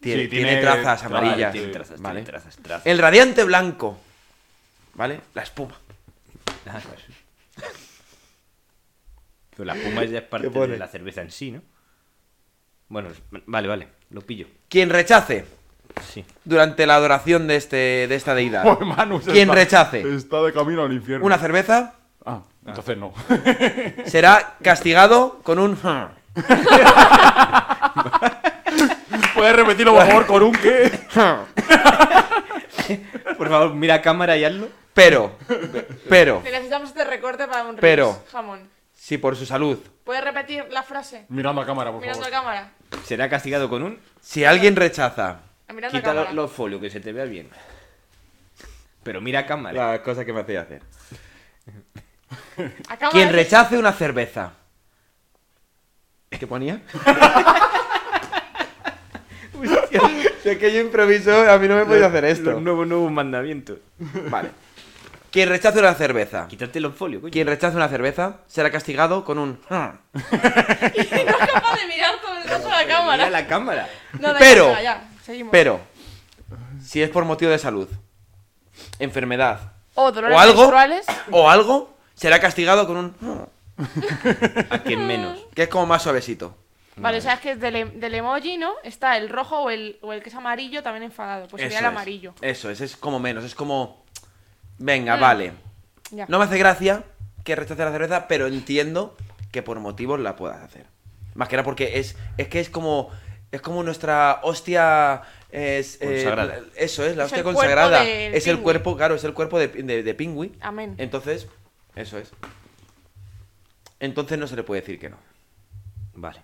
Speaker 4: Tiene,
Speaker 2: Sí,
Speaker 4: tiene
Speaker 2: tiene
Speaker 4: trazas
Speaker 2: trazas,
Speaker 4: amarillas.
Speaker 1: tiene trazas,
Speaker 4: Vale.
Speaker 1: tiene trazas, trazas.
Speaker 4: El radiante blanco. ¿Vale? La espuma.
Speaker 1: Ah, Pero la espuma ya es parte
Speaker 4: ¿Qué pone?
Speaker 1: de la cerveza en sí, ¿no? Bueno, es- vale, vale, lo pillo.
Speaker 4: Quien rechace
Speaker 1: Sí.
Speaker 4: durante la adoración de, este, de esta deidad.
Speaker 2: Pues, Manu, se
Speaker 4: quien
Speaker 2: está-
Speaker 4: rechace
Speaker 2: Está de camino al infierno.
Speaker 4: una cerveza
Speaker 2: Ah, entonces no.
Speaker 4: será castigado con un...
Speaker 2: ¿Puedes repetirlo, por favor, con un qué?
Speaker 1: Por favor, mira a cámara y hazlo.
Speaker 4: Pero, pero,
Speaker 5: Necesitamos este recorte para un
Speaker 4: Pero-
Speaker 5: Reels, jamón.
Speaker 4: si por su salud,
Speaker 5: ¿Puedes repetir la frase?
Speaker 2: Mirando a cámara, por
Speaker 5: Mirando a
Speaker 2: favor.
Speaker 5: cámara. Ah,
Speaker 1: Será castigado con un.
Speaker 4: si alguien rechaza
Speaker 5: Mirando a
Speaker 1: Quita lo-
Speaker 5: cámara.
Speaker 1: los folios, que se te vea bien. Pero mira a cámara.
Speaker 4: la cosa que me hacía hacer.
Speaker 5: A cámara.
Speaker 4: Quien rechace una cerveza. ¿Qué ponía? sé que yo improviso, a mí no me podía hacer
Speaker 1: Los nuevos, nuevos mandamientos.
Speaker 4: Vale. Quien rechace una cerveza.
Speaker 1: Quítate los folios, coño.
Speaker 4: Quien rechace una cerveza será castigado con un... "Ah".
Speaker 5: Y no es capaz de mirar todo el rato a la cámara.
Speaker 1: Mira la cámara.
Speaker 5: No, da
Speaker 4: Pero-
Speaker 5: igual, ya, ya, seguimos.
Speaker 4: Pero, si es por motivo de salud, enfermedad
Speaker 5: O dolores
Speaker 4: o algo,
Speaker 5: menstruales.
Speaker 4: o algo, será castigado con un... "Ah",
Speaker 1: A quien menos.
Speaker 4: Que es como más suavecito.
Speaker 5: Vale, o sea, es que del, em- del emoji, ¿no? Está el rojo o el, o el que es amarillo también enfadado. Pues sería
Speaker 4: Eso
Speaker 5: el
Speaker 4: es.
Speaker 5: amarillo. Mm,
Speaker 4: Eso es, es como menos, es como... Venga, vale.
Speaker 5: Ya.
Speaker 4: No me hace gracia que rechace la cerveza, pero entiendo que por motivos la puedas hacer. Más que nada porque es, es que es como... Es como nuestra hostia... Es, eh,
Speaker 1: Consagrada.
Speaker 4: la- eso es, la
Speaker 5: Es
Speaker 4: hostia
Speaker 5: el cuerpo
Speaker 4: consagrada.
Speaker 5: del
Speaker 4: Es el
Speaker 5: pingüi.
Speaker 4: cuerpo, claro, es el cuerpo de, de, de pingüi.
Speaker 5: Amén.
Speaker 4: Entonces, eso es. Entonces no se le puede decir que no.
Speaker 1: Vale.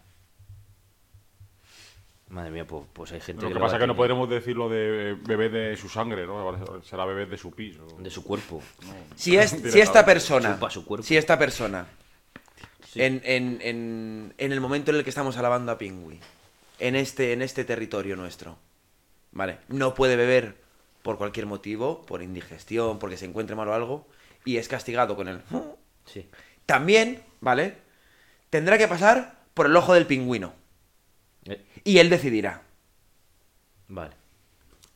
Speaker 1: Madre mía, pues, pues hay gente
Speaker 2: Lo que
Speaker 1: lo
Speaker 2: pasa
Speaker 1: va
Speaker 2: es que no
Speaker 1: a tener
Speaker 2: podremos decir lo de eh, bebé de su sangre, ¿no? Ahora Será bebé de su piso.
Speaker 1: De su cuerpo.
Speaker 4: Si, es, si esta
Speaker 2: Directamente.
Speaker 4: persona,
Speaker 1: Chupa su cuerpo.
Speaker 4: si esta persona, en, en- en- en el momento en el que estamos alabando a Pingüi, en este, en este territorio nuestro, ¿vale? No puede beber por cualquier motivo, por indigestión, porque se encuentre mal o algo, y es castigado con el... "Hm",
Speaker 1: Sí.
Speaker 4: También, ¿vale? Tendrá que pasar por el ojo del pingüino,
Speaker 1: Eh,
Speaker 4: y él decidirá.
Speaker 1: Vale.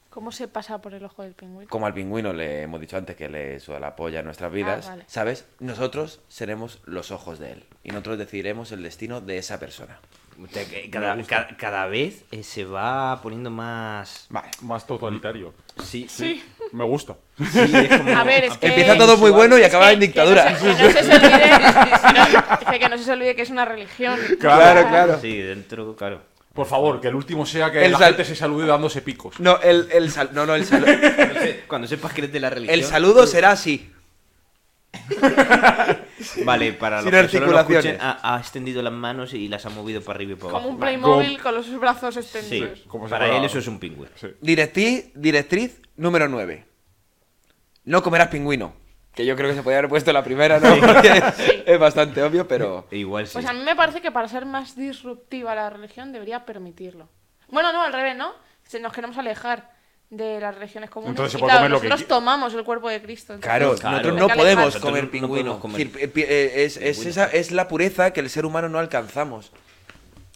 Speaker 5: ¿Cómo se pasa por el ojo del pingüino?
Speaker 4: Como al pingüino le hemos dicho antes que le suda la polla en nuestras vidas,
Speaker 5: Ah, vale.
Speaker 4: ¿sabes? Nosotros seremos los ojos de él. Y nosotros decidiremos el destino de esa persona.
Speaker 1: O sea, que Cada, ca- cada vez eh, se va poniendo más.
Speaker 4: Vale.
Speaker 2: Más totalitario.
Speaker 1: Sí,
Speaker 5: Sí.
Speaker 2: Me gusta.
Speaker 5: A ver, es que...
Speaker 4: Empieza todo muy bueno y
Speaker 5: Eh, Es
Speaker 4: acaba
Speaker 5: que-
Speaker 4: en dictadura.
Speaker 5: Que no se, que no se os olvide, que, no, que no se os olvide que es una religión.
Speaker 2: Claro,
Speaker 1: Sí, dentro, claro.
Speaker 2: Por favor, que el último sea que
Speaker 4: El
Speaker 2: la
Speaker 4: sal-
Speaker 2: gente se salude dándose picos.
Speaker 4: No, el, el sal- no, no, el, sal-
Speaker 1: Cuando, se- cuando sepas que eres de la religión.
Speaker 4: el saludo será así.
Speaker 1: Vale, para
Speaker 4: Sin
Speaker 1: los que solo lo
Speaker 4: articulaciones.
Speaker 1: escuchen, ha, ha extendido las manos y las ha movido para arriba y para
Speaker 5: Como
Speaker 1: abajo.
Speaker 5: un Playmobil con los brazos extendidos.
Speaker 1: Sí,
Speaker 2: Como se
Speaker 1: para
Speaker 2: fuera-
Speaker 1: él eso es un pingüino.
Speaker 2: Sí.
Speaker 4: Directriz, directriz número 9. No comerás pingüino. Que yo creo que se podía haber puesto la primera, ¿no? Porque es, es bastante obvio, pero...
Speaker 1: E Igual sí.
Speaker 5: Pues a mí me parece que para ser más disruptiva la religión debería permitirlo. Bueno, no, al revés, ¿no? Si Nos queremos alejar de las religiones comunes.
Speaker 2: Entonces se
Speaker 5: Y
Speaker 2: puede
Speaker 5: claro,
Speaker 2: comer lo que
Speaker 5: nosotros
Speaker 2: qui-
Speaker 5: tomamos el cuerpo de Cristo. entonces-
Speaker 4: Claro,
Speaker 1: Claro.
Speaker 4: nosotros no
Speaker 1: Nosotros
Speaker 4: podemos
Speaker 1: no
Speaker 4: comer
Speaker 1: podemos
Speaker 4: pingüino.
Speaker 1: comer.
Speaker 4: Es decir, eh, pi- eh, es, es
Speaker 1: Pingüino.
Speaker 4: esa, es la pureza que el ser humano no alcanzamos.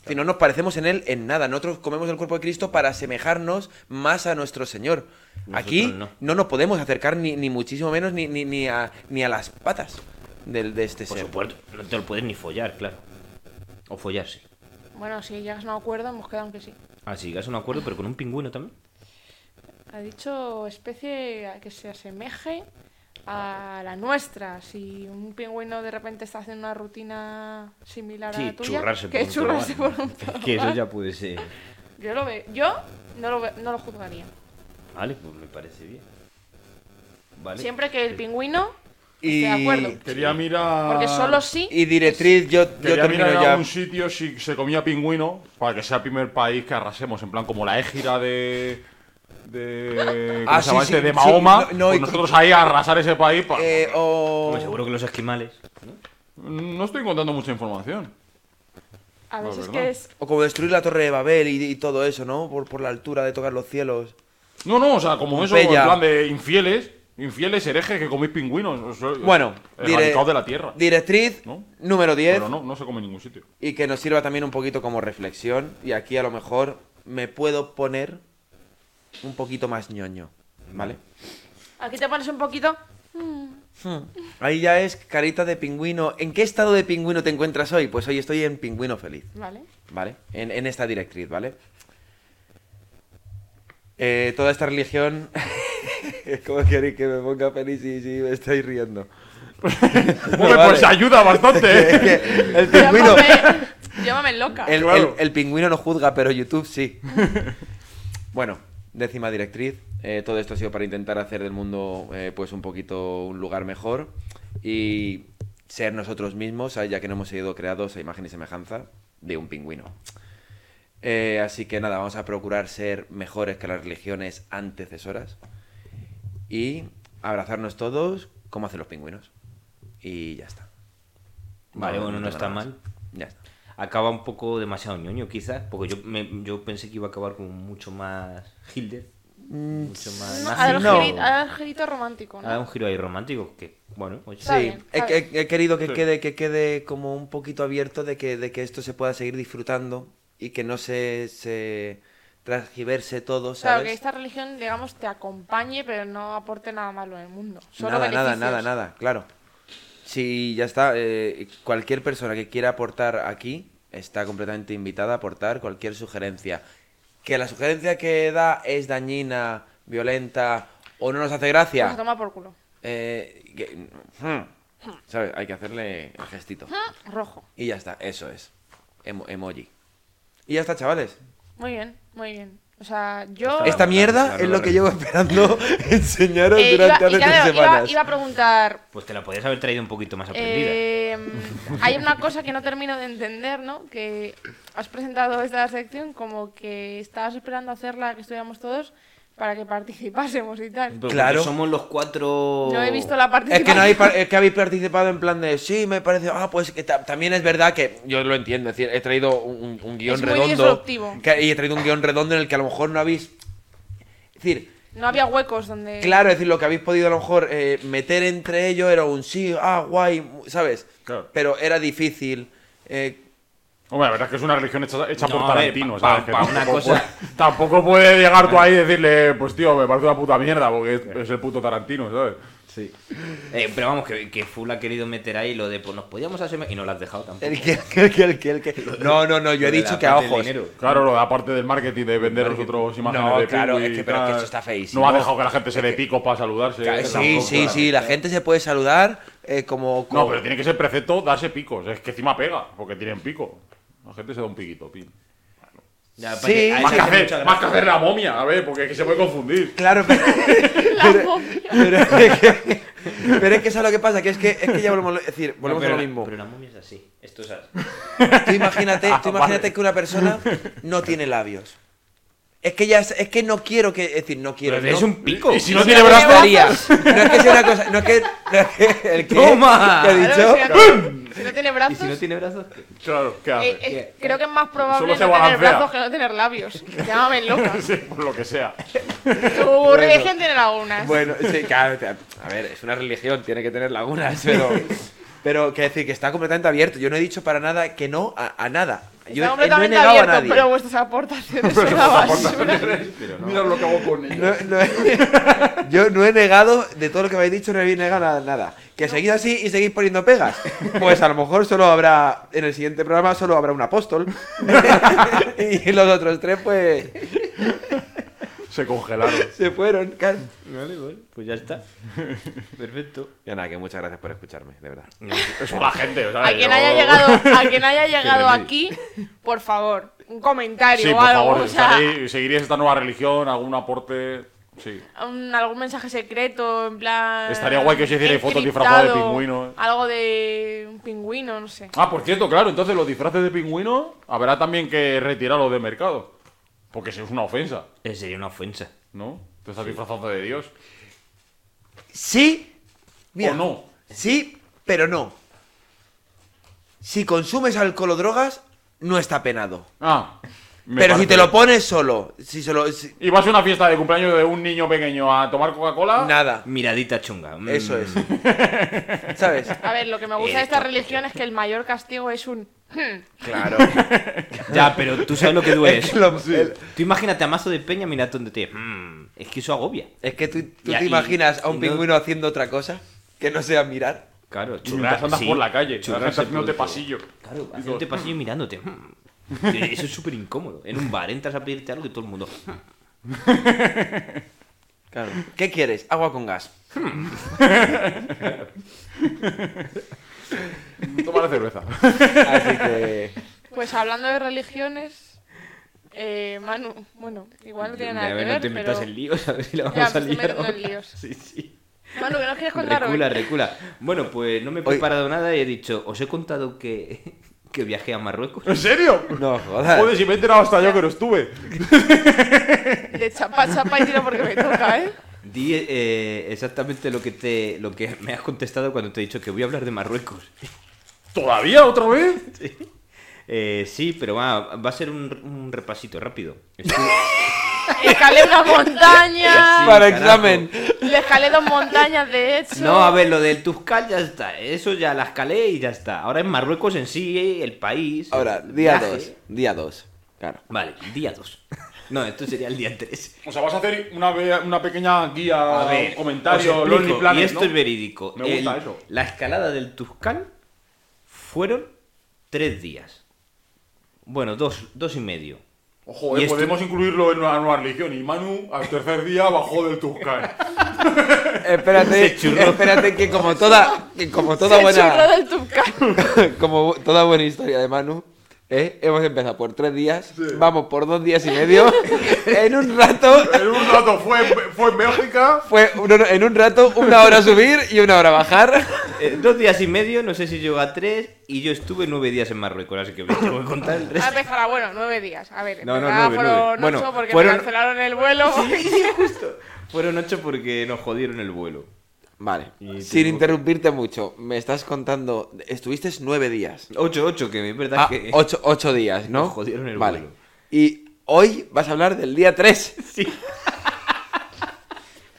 Speaker 4: Si no nos parecemos en él en nada. Nosotros comemos el cuerpo de Cristo para asemejarnos más a nuestro Señor. Aquí no.
Speaker 1: no.
Speaker 4: nos podemos acercar ni, ni muchísimo menos ni, ni, ni, a, ni a las patas del, de este
Speaker 1: Por
Speaker 4: ser.
Speaker 1: supuesto, no te lo puedes ni follar, claro. O follar, sí.
Speaker 5: Bueno, si llegas a un acuerdo, hemos quedado que sí.
Speaker 1: Ah, sí, llegas a un acuerdo, pero con un pingüino también.
Speaker 5: Ha dicho especie a que se asemeje a la nuestra. Si un pingüino de repente está haciendo una rutina similar a
Speaker 1: Sí,
Speaker 5: la tuya,
Speaker 1: churrarse
Speaker 5: que
Speaker 1: por un
Speaker 5: churrarse
Speaker 1: tobogán.
Speaker 5: por un
Speaker 1: Que eso
Speaker 5: tobogán.
Speaker 1: ya puede ser.
Speaker 5: Yo lo veo, yo no lo, ve- no lo juzgaría.
Speaker 1: Vale, pues me parece bien. Vale.
Speaker 5: Siempre que el pingüino
Speaker 4: Y-
Speaker 5: esté de acuerdo.
Speaker 2: Quería mirar.
Speaker 5: Porque solo sí.
Speaker 4: Y directriz, yo, yo
Speaker 2: Quería
Speaker 4: termino
Speaker 2: mirar en
Speaker 4: ya.
Speaker 2: algún sitio si se comía pingüino para que sea el primer país que arrasemos. En plan, como la égira de. de. ¿cómo
Speaker 4: Ah,
Speaker 2: se llama
Speaker 4: sí,
Speaker 2: este?
Speaker 4: sí,
Speaker 2: de
Speaker 4: sí,
Speaker 2: Mahoma.
Speaker 4: no, no,
Speaker 2: pues
Speaker 4: y-
Speaker 2: nosotros ahí a arrasar ese país. pa-
Speaker 4: Eh, o-
Speaker 1: Hombre, seguro que los esquimales. ¿no?
Speaker 2: No estoy contando mucha información.
Speaker 5: A
Speaker 2: No,
Speaker 5: veces
Speaker 2: ¿verdad?
Speaker 5: que es.
Speaker 4: O como destruir la torre de Babel y, y todo eso, ¿no? Por, por la altura de tocar los cielos.
Speaker 2: No, no, o sea, como eso,
Speaker 4: Pompeya.
Speaker 2: en plan de infieles, infieles herejes que coméis pingüinos. o sea,
Speaker 4: Bueno,
Speaker 2: erradicados de la tierra.
Speaker 4: Directriz
Speaker 2: ¿No?
Speaker 4: número 10.
Speaker 2: Pero no, no se come en ningún sitio.
Speaker 4: Y que nos sirva también un poquito como reflexión. Y aquí a lo mejor me puedo poner un poquito más ñoño. ¿Vale?
Speaker 5: Aquí te pones un poquito.
Speaker 4: Ahí ya es carita de pingüino. ¿En qué estado de pingüino te encuentras hoy? Pues hoy estoy en pingüino feliz.
Speaker 5: Vale.
Speaker 4: ¿vale? En, en esta directriz, ¿vale? Eh, toda esta religión... ¿Cómo queréis que me ponga feliz si, si me estáis riendo?
Speaker 2: Hombre, pues
Speaker 4: vale.
Speaker 2: ayuda bastante, ¿eh?
Speaker 4: el pingüino...
Speaker 5: Llámame, llámame loca.
Speaker 4: El,
Speaker 2: Claro.
Speaker 4: el- el pingüino no juzga, pero YouTube sí. bueno, décima directriz. Eh, todo esto ha sido para intentar hacer del mundo eh, pues un poquito un lugar mejor y ser nosotros mismos, ah, ya que no hemos sido creados a imagen y semejanza de un pingüino. Eh, así que nada, vamos a procurar ser mejores que las religiones antecesoras y abrazarnos todos como hacen los pingüinos. Y ya está.
Speaker 1: Vale, bueno, no
Speaker 4: tengo
Speaker 1: está
Speaker 4: nada más.
Speaker 1: mal.
Speaker 4: Ya está.
Speaker 1: Acaba un poco demasiado ñoño, quizás, porque yo, me- yo pensé que iba a acabar con mucho más Hilder. Mucho más.
Speaker 5: No,
Speaker 1: nazi,
Speaker 5: al
Speaker 4: no.
Speaker 5: girito- al girito romántico, ¿no?
Speaker 1: Ha dado Ah, un giro ahí romántico que, bueno, pues oye,
Speaker 5: Está
Speaker 4: Sí,
Speaker 5: bien,
Speaker 4: he,
Speaker 5: está bien.
Speaker 4: he- he querido que
Speaker 2: Sí.
Speaker 4: quede que quede como un poquito abierto de que, de que esto se pueda seguir disfrutando y que no se, se transgiverse todo,
Speaker 5: Claro,
Speaker 4: ¿sabes?
Speaker 5: que esta religión, digamos, te acompañe, pero no aporte nada malo en el mundo. Solo
Speaker 4: nada, nada,
Speaker 5: beneficios. Pues,
Speaker 4: nada, nada, claro. Sí, ya está. eh, cualquier persona que quiera aportar aquí está completamente invitada a aportar cualquier sugerencia. Que la sugerencia que da es dañina, violenta o no nos hace
Speaker 5: Pues a
Speaker 4: gracia.
Speaker 5: tomar por culo.
Speaker 4: eh, que- mm, ¿Sabes? Hay que hacerle el gestito.
Speaker 5: Rojo.
Speaker 4: Y ya está, eso es. Emo- emoji. Y ya está, chavales.
Speaker 5: Muy bien, muy bien. O sea, yo.
Speaker 4: Esta
Speaker 1: la-
Speaker 4: mierda
Speaker 1: la- la-
Speaker 4: es lo que llevo esperando enseñaros
Speaker 5: Eh, iba,
Speaker 4: durante hace
Speaker 5: y claro,
Speaker 4: tres
Speaker 5: iba-
Speaker 4: semanas.
Speaker 5: iba a preguntar.
Speaker 1: pues te la podías haber traído un poquito más aprendida.
Speaker 5: eh, hay una cosa que no termino de entender, ¿no? Que has presentado esta sección como que estabas esperando hacerla que estuviéramos todos para que participásemos y tal.
Speaker 1: Pero
Speaker 4: Claro.
Speaker 1: porque Somos los cuatro.
Speaker 5: No he visto la participación.
Speaker 4: Oh. Es que, no hay par- es que habéis participado en plan de sí, me parece. Ah, pues que ta- también es verdad que yo lo entiendo. Es decir, he traído un, un- un guión
Speaker 5: Es muy
Speaker 4: redondo.
Speaker 5: disruptivo.
Speaker 4: que- y he traído un guión redondo en el que a lo mejor no habéis. Es decir,
Speaker 5: No había huecos donde.
Speaker 4: claro, es decir, lo que habéis podido a lo mejor eh, meter entre ellos era un sí, ah, guay, ¿sabes?
Speaker 2: Claro.
Speaker 4: Pero era difícil. eh,
Speaker 2: Hombre, la verdad es que es una religión hecha, hecha
Speaker 1: No,
Speaker 2: por
Speaker 1: a ver,
Speaker 2: Tarantino,
Speaker 1: pa-
Speaker 2: ¿sabes?
Speaker 1: pa-
Speaker 2: Que
Speaker 1: pa una
Speaker 2: tampoco-
Speaker 1: cosa-
Speaker 2: Tampoco puede llegar tú ahí y decirle, pues tío, me parece una puta mierda, porque es, es el puto Tarantino, ¿sabes?
Speaker 1: Eh, pero vamos, que, que Full ha querido meter ahí lo de pues nos podíamos hacer. Y no lo has dejado tampoco.
Speaker 4: el que, el que, el que, el que. No, no, no, yo he
Speaker 1: Lo de la
Speaker 4: dicho que a
Speaker 1: parte del
Speaker 4: ojos.
Speaker 1: dinero.
Speaker 2: Claro, lo de aparte del marketing, de vender nosotros imágenes
Speaker 4: No,
Speaker 2: de
Speaker 4: claro,
Speaker 2: pingüi
Speaker 4: es que-
Speaker 2: y
Speaker 4: pero es que
Speaker 2: tal.
Speaker 4: eso está feísimo.
Speaker 2: No ha dejado que la gente se dé picos para saludarse.
Speaker 4: Claro, Sí,
Speaker 2: tampoco,
Speaker 4: sí,
Speaker 2: claro.
Speaker 4: sí, la gente se puede saludar eh, como, como-
Speaker 2: No, pero tiene que ser precepto darse picos. Es que encima pega, porque tienen pico. La gente se da un piquito, pin.
Speaker 1: Ya,
Speaker 4: Sí.
Speaker 1: para que- a él
Speaker 2: Más
Speaker 1: se
Speaker 2: que,
Speaker 1: hace mucha
Speaker 2: hacer,
Speaker 1: gracia.
Speaker 2: más que hacer la momia, a ver, porque es que se puede confundir.
Speaker 4: Claro, pero,
Speaker 5: La momia.
Speaker 4: pero es que, pero es que eso es lo que pasa, que es que, es que ya volvemos, a lo- es decir, volvemos
Speaker 1: No, pero
Speaker 4: a lo
Speaker 1: la-
Speaker 4: mismo.
Speaker 1: Pero la momia es así. Esto es así.
Speaker 4: Tú imagínate,
Speaker 2: Ah,
Speaker 4: tú imagínate
Speaker 2: vale.
Speaker 4: que una persona no tiene labios. Es que ya, es, es que no quiero que, es decir, no quiero.
Speaker 1: Pero es
Speaker 4: no-
Speaker 1: un pico.
Speaker 2: Y si no tiene brazos.
Speaker 4: María, No es que sea una cosa, no es que, no es que- el que,
Speaker 1: Toma.
Speaker 4: ¿qué ha dicho?
Speaker 5: Claro, si no- si no tiene
Speaker 1: Y
Speaker 5: brazos.
Speaker 1: si no tiene brazos.
Speaker 2: Claro, ¿qué
Speaker 5: Eh,
Speaker 2: hace?
Speaker 5: eh, creo que es más probable
Speaker 2: Solo
Speaker 5: no
Speaker 2: se
Speaker 5: tener
Speaker 2: balancea.
Speaker 5: brazos que no tener labios. Llámame loca.
Speaker 2: Sí, por lo que sea.
Speaker 5: Tu religión tiene lagunas.
Speaker 4: Bueno, sí, claro, te- a ver, es una religión, tiene que tener lagunas, pero... Pero, que decir, que está completamente abierto. Yo no he dicho para nada que no a, a nada.
Speaker 5: Está
Speaker 4: Yo eh, no he
Speaker 5: completamente
Speaker 4: negado
Speaker 5: abierto,
Speaker 4: a nadie.
Speaker 5: pero vuestras aportaciones son la basura.
Speaker 2: Mira lo que hago con ellos.
Speaker 4: No- no he- yo no he negado, de todo lo que me habéis dicho, no he negado nada. nada. Que seguís así y seguís poniendo pegas. Pues a lo mejor solo habrá, en el siguiente programa, solo habrá un apóstol. y los otros tres, pues,
Speaker 2: Se congelaron.
Speaker 4: se fueron. claro.
Speaker 1: Vale, vale. Pues ya está. Perfecto.
Speaker 4: Ya nada, que muchas gracias por escucharme, de verdad.
Speaker 2: Es una gente, o sea,
Speaker 5: A quien
Speaker 2: yo-
Speaker 5: haya llegado, a quien haya llegado
Speaker 2: remedio.
Speaker 5: aquí, por favor, un comentario
Speaker 2: Sí,
Speaker 5: o
Speaker 2: por
Speaker 5: algo.
Speaker 2: favor,
Speaker 5: o sea,
Speaker 2: estaréis- seguiríais esta nueva religión, algún aporte. Sí.
Speaker 5: un- algún mensaje secreto, en plan.
Speaker 2: Estaría guay que os hicierais fotos disfrazadas de
Speaker 5: encriptado,
Speaker 2: pingüino, eh.
Speaker 5: Algo de un pingüino, no sé.
Speaker 2: Ah, por cierto, claro, entonces los disfraces de pingüino habrá también que retirarlos de mercado. Porque si es una ofensa,
Speaker 1: Eh, Sería una ofensa.
Speaker 2: ¿no? Te estás disfrazando de Dios.
Speaker 4: Sí. Mira,
Speaker 2: O no.
Speaker 4: Sí, pero no. Si consumes alcohol o drogas, no está penado.
Speaker 2: Ah, me
Speaker 4: Pero
Speaker 2: parece
Speaker 4: si te lo
Speaker 2: bien.
Speaker 4: pones solo, si se lo. si-
Speaker 2: Y vas a una fiesta de cumpleaños de un niño pequeño a tomar Coca-Cola.
Speaker 4: nada.
Speaker 1: Miradita chunga. mm.
Speaker 4: Eso es. ¿Sabes?
Speaker 5: A ver, lo que me
Speaker 2: Eh,
Speaker 5: gusta de esta religión es que el mayor castigo es un...
Speaker 4: Claro.
Speaker 1: Ya, pero tú sabes lo que duele.
Speaker 4: Es que,
Speaker 1: eso.
Speaker 4: lo- el-
Speaker 1: Tú imagínate a mazo de peña, mira donde te. mm, es que eso agobia.
Speaker 4: es que tú, tú
Speaker 1: Ya,
Speaker 4: te
Speaker 1: y-
Speaker 4: imaginas a un
Speaker 1: no-
Speaker 4: pingüino haciendo otra cosa que no sea mirar.
Speaker 1: Claro,
Speaker 2: Churras, andas
Speaker 1: sí,
Speaker 2: por la calle,
Speaker 1: churras
Speaker 2: churras,
Speaker 1: el
Speaker 2: haciéndote
Speaker 1: producto.
Speaker 2: pasillo.
Speaker 1: Claro,
Speaker 2: Digo, "Hmm".
Speaker 1: haciéndote pasillo mirándote. mm. Eso es súper incómodo. En un bar entras a pedirte algo y todo el mundo. mm.
Speaker 4: Claro. ¿Qué quieres? Agua con gas.
Speaker 2: Tomar cerveza.
Speaker 4: Así que.
Speaker 5: Pues hablando de religiones, eh, Manu, bueno, igual no tiene nada que
Speaker 1: Ya,
Speaker 5: ver,
Speaker 1: no te metas
Speaker 5: pero...
Speaker 1: en líos, a ver si la vamos
Speaker 5: Ya, pues
Speaker 1: a
Speaker 5: me estoy
Speaker 1: salir.
Speaker 5: metiendo en líos. ¿eh?
Speaker 1: Sí, sí.
Speaker 5: Manu, ¿qué nos quieres contar
Speaker 1: Recula,
Speaker 5: hoy?
Speaker 1: recula. Bueno, pues no me he
Speaker 4: Hoy-
Speaker 1: preparado nada y he dicho, os he contado que, que viajé a Marruecos.
Speaker 2: ¿En serio?
Speaker 4: No, jodas.
Speaker 2: Joder, si me he enterado hasta yo que no estuve.
Speaker 5: De chapa a chapa y tiro porque me toca, ¿eh?
Speaker 1: Di eh, exactamente lo que te lo que me has contestado cuando te he dicho que voy a hablar de Marruecos.
Speaker 2: ¿Todavía otra vez?
Speaker 1: Eh, sí, pero va, va a ser un, un repasito rápido. Estuve-
Speaker 5: Escalé una montaña,
Speaker 4: Para
Speaker 1: carajo.
Speaker 4: examen.
Speaker 5: le escalé dos montañas, de hecho.
Speaker 1: No, a ver, lo del Tuscal ya está. Eso ya la escalé y ya está. Ahora en Marruecos en sí, eh, el país.
Speaker 4: Ahora,
Speaker 1: el
Speaker 4: día
Speaker 1: viaje.
Speaker 4: 2. Día 2. Claro.
Speaker 1: Vale, día 2. No, esto sería el día 3.
Speaker 2: O sea, vas a hacer una, ve- una pequeña guía,
Speaker 1: A ver, os
Speaker 2: Ah, comentario,
Speaker 1: explico,
Speaker 2: Lonely Planet,
Speaker 1: Y esto
Speaker 2: ¿no?
Speaker 1: es verídico.
Speaker 2: Me gusta
Speaker 1: El-
Speaker 2: eso.
Speaker 1: La escalada del Tuscal fueron tres días. Bueno, dos, dos y medio.
Speaker 2: Ojo, eh,
Speaker 1: y esto-
Speaker 2: podemos incluirlo en una nueva religión. Y Manu, al tercer día, bajó del Tuscan.
Speaker 4: Espérate,
Speaker 1: Se churró.
Speaker 4: espérate que como toda, que como toda
Speaker 5: Se churró
Speaker 4: buena,
Speaker 5: del Tucán.
Speaker 4: como bu- toda buena historia de Manu, ¿eh? hemos empezado por tres días, vamos por dos días y medio, en un rato
Speaker 2: En un rato fue, fue en Bélgica.
Speaker 4: fue, no, no, en un rato una hora subir y una hora bajar.
Speaker 1: Eh, dos días y medio, no sé si llegó a tres. Y yo estuve nueve días en Marruecos, así que me tengo que contar el
Speaker 5: Ah,
Speaker 1: resto.
Speaker 5: empezará, bueno, nueve días. A ver,
Speaker 1: No, no,
Speaker 5: empezaba
Speaker 1: nueve,
Speaker 5: fueron
Speaker 1: nueve.
Speaker 5: ocho
Speaker 1: Bueno,
Speaker 5: porque
Speaker 1: fueron-
Speaker 5: me cancelaron el vuelo.
Speaker 1: Fueron ocho porque nos jodieron el vuelo.
Speaker 4: Vale,
Speaker 1: Y
Speaker 4: sin
Speaker 1: tengo-
Speaker 4: interrumpirte mucho, me estás contando, estuviste nueve días,
Speaker 1: Ocho, ocho, que es verdad
Speaker 4: Ah,
Speaker 1: que.
Speaker 4: ocho, ocho días, ¿no?
Speaker 1: Nos jodieron el
Speaker 4: vale.
Speaker 1: vuelo.
Speaker 4: Y hoy vas a hablar del día tres,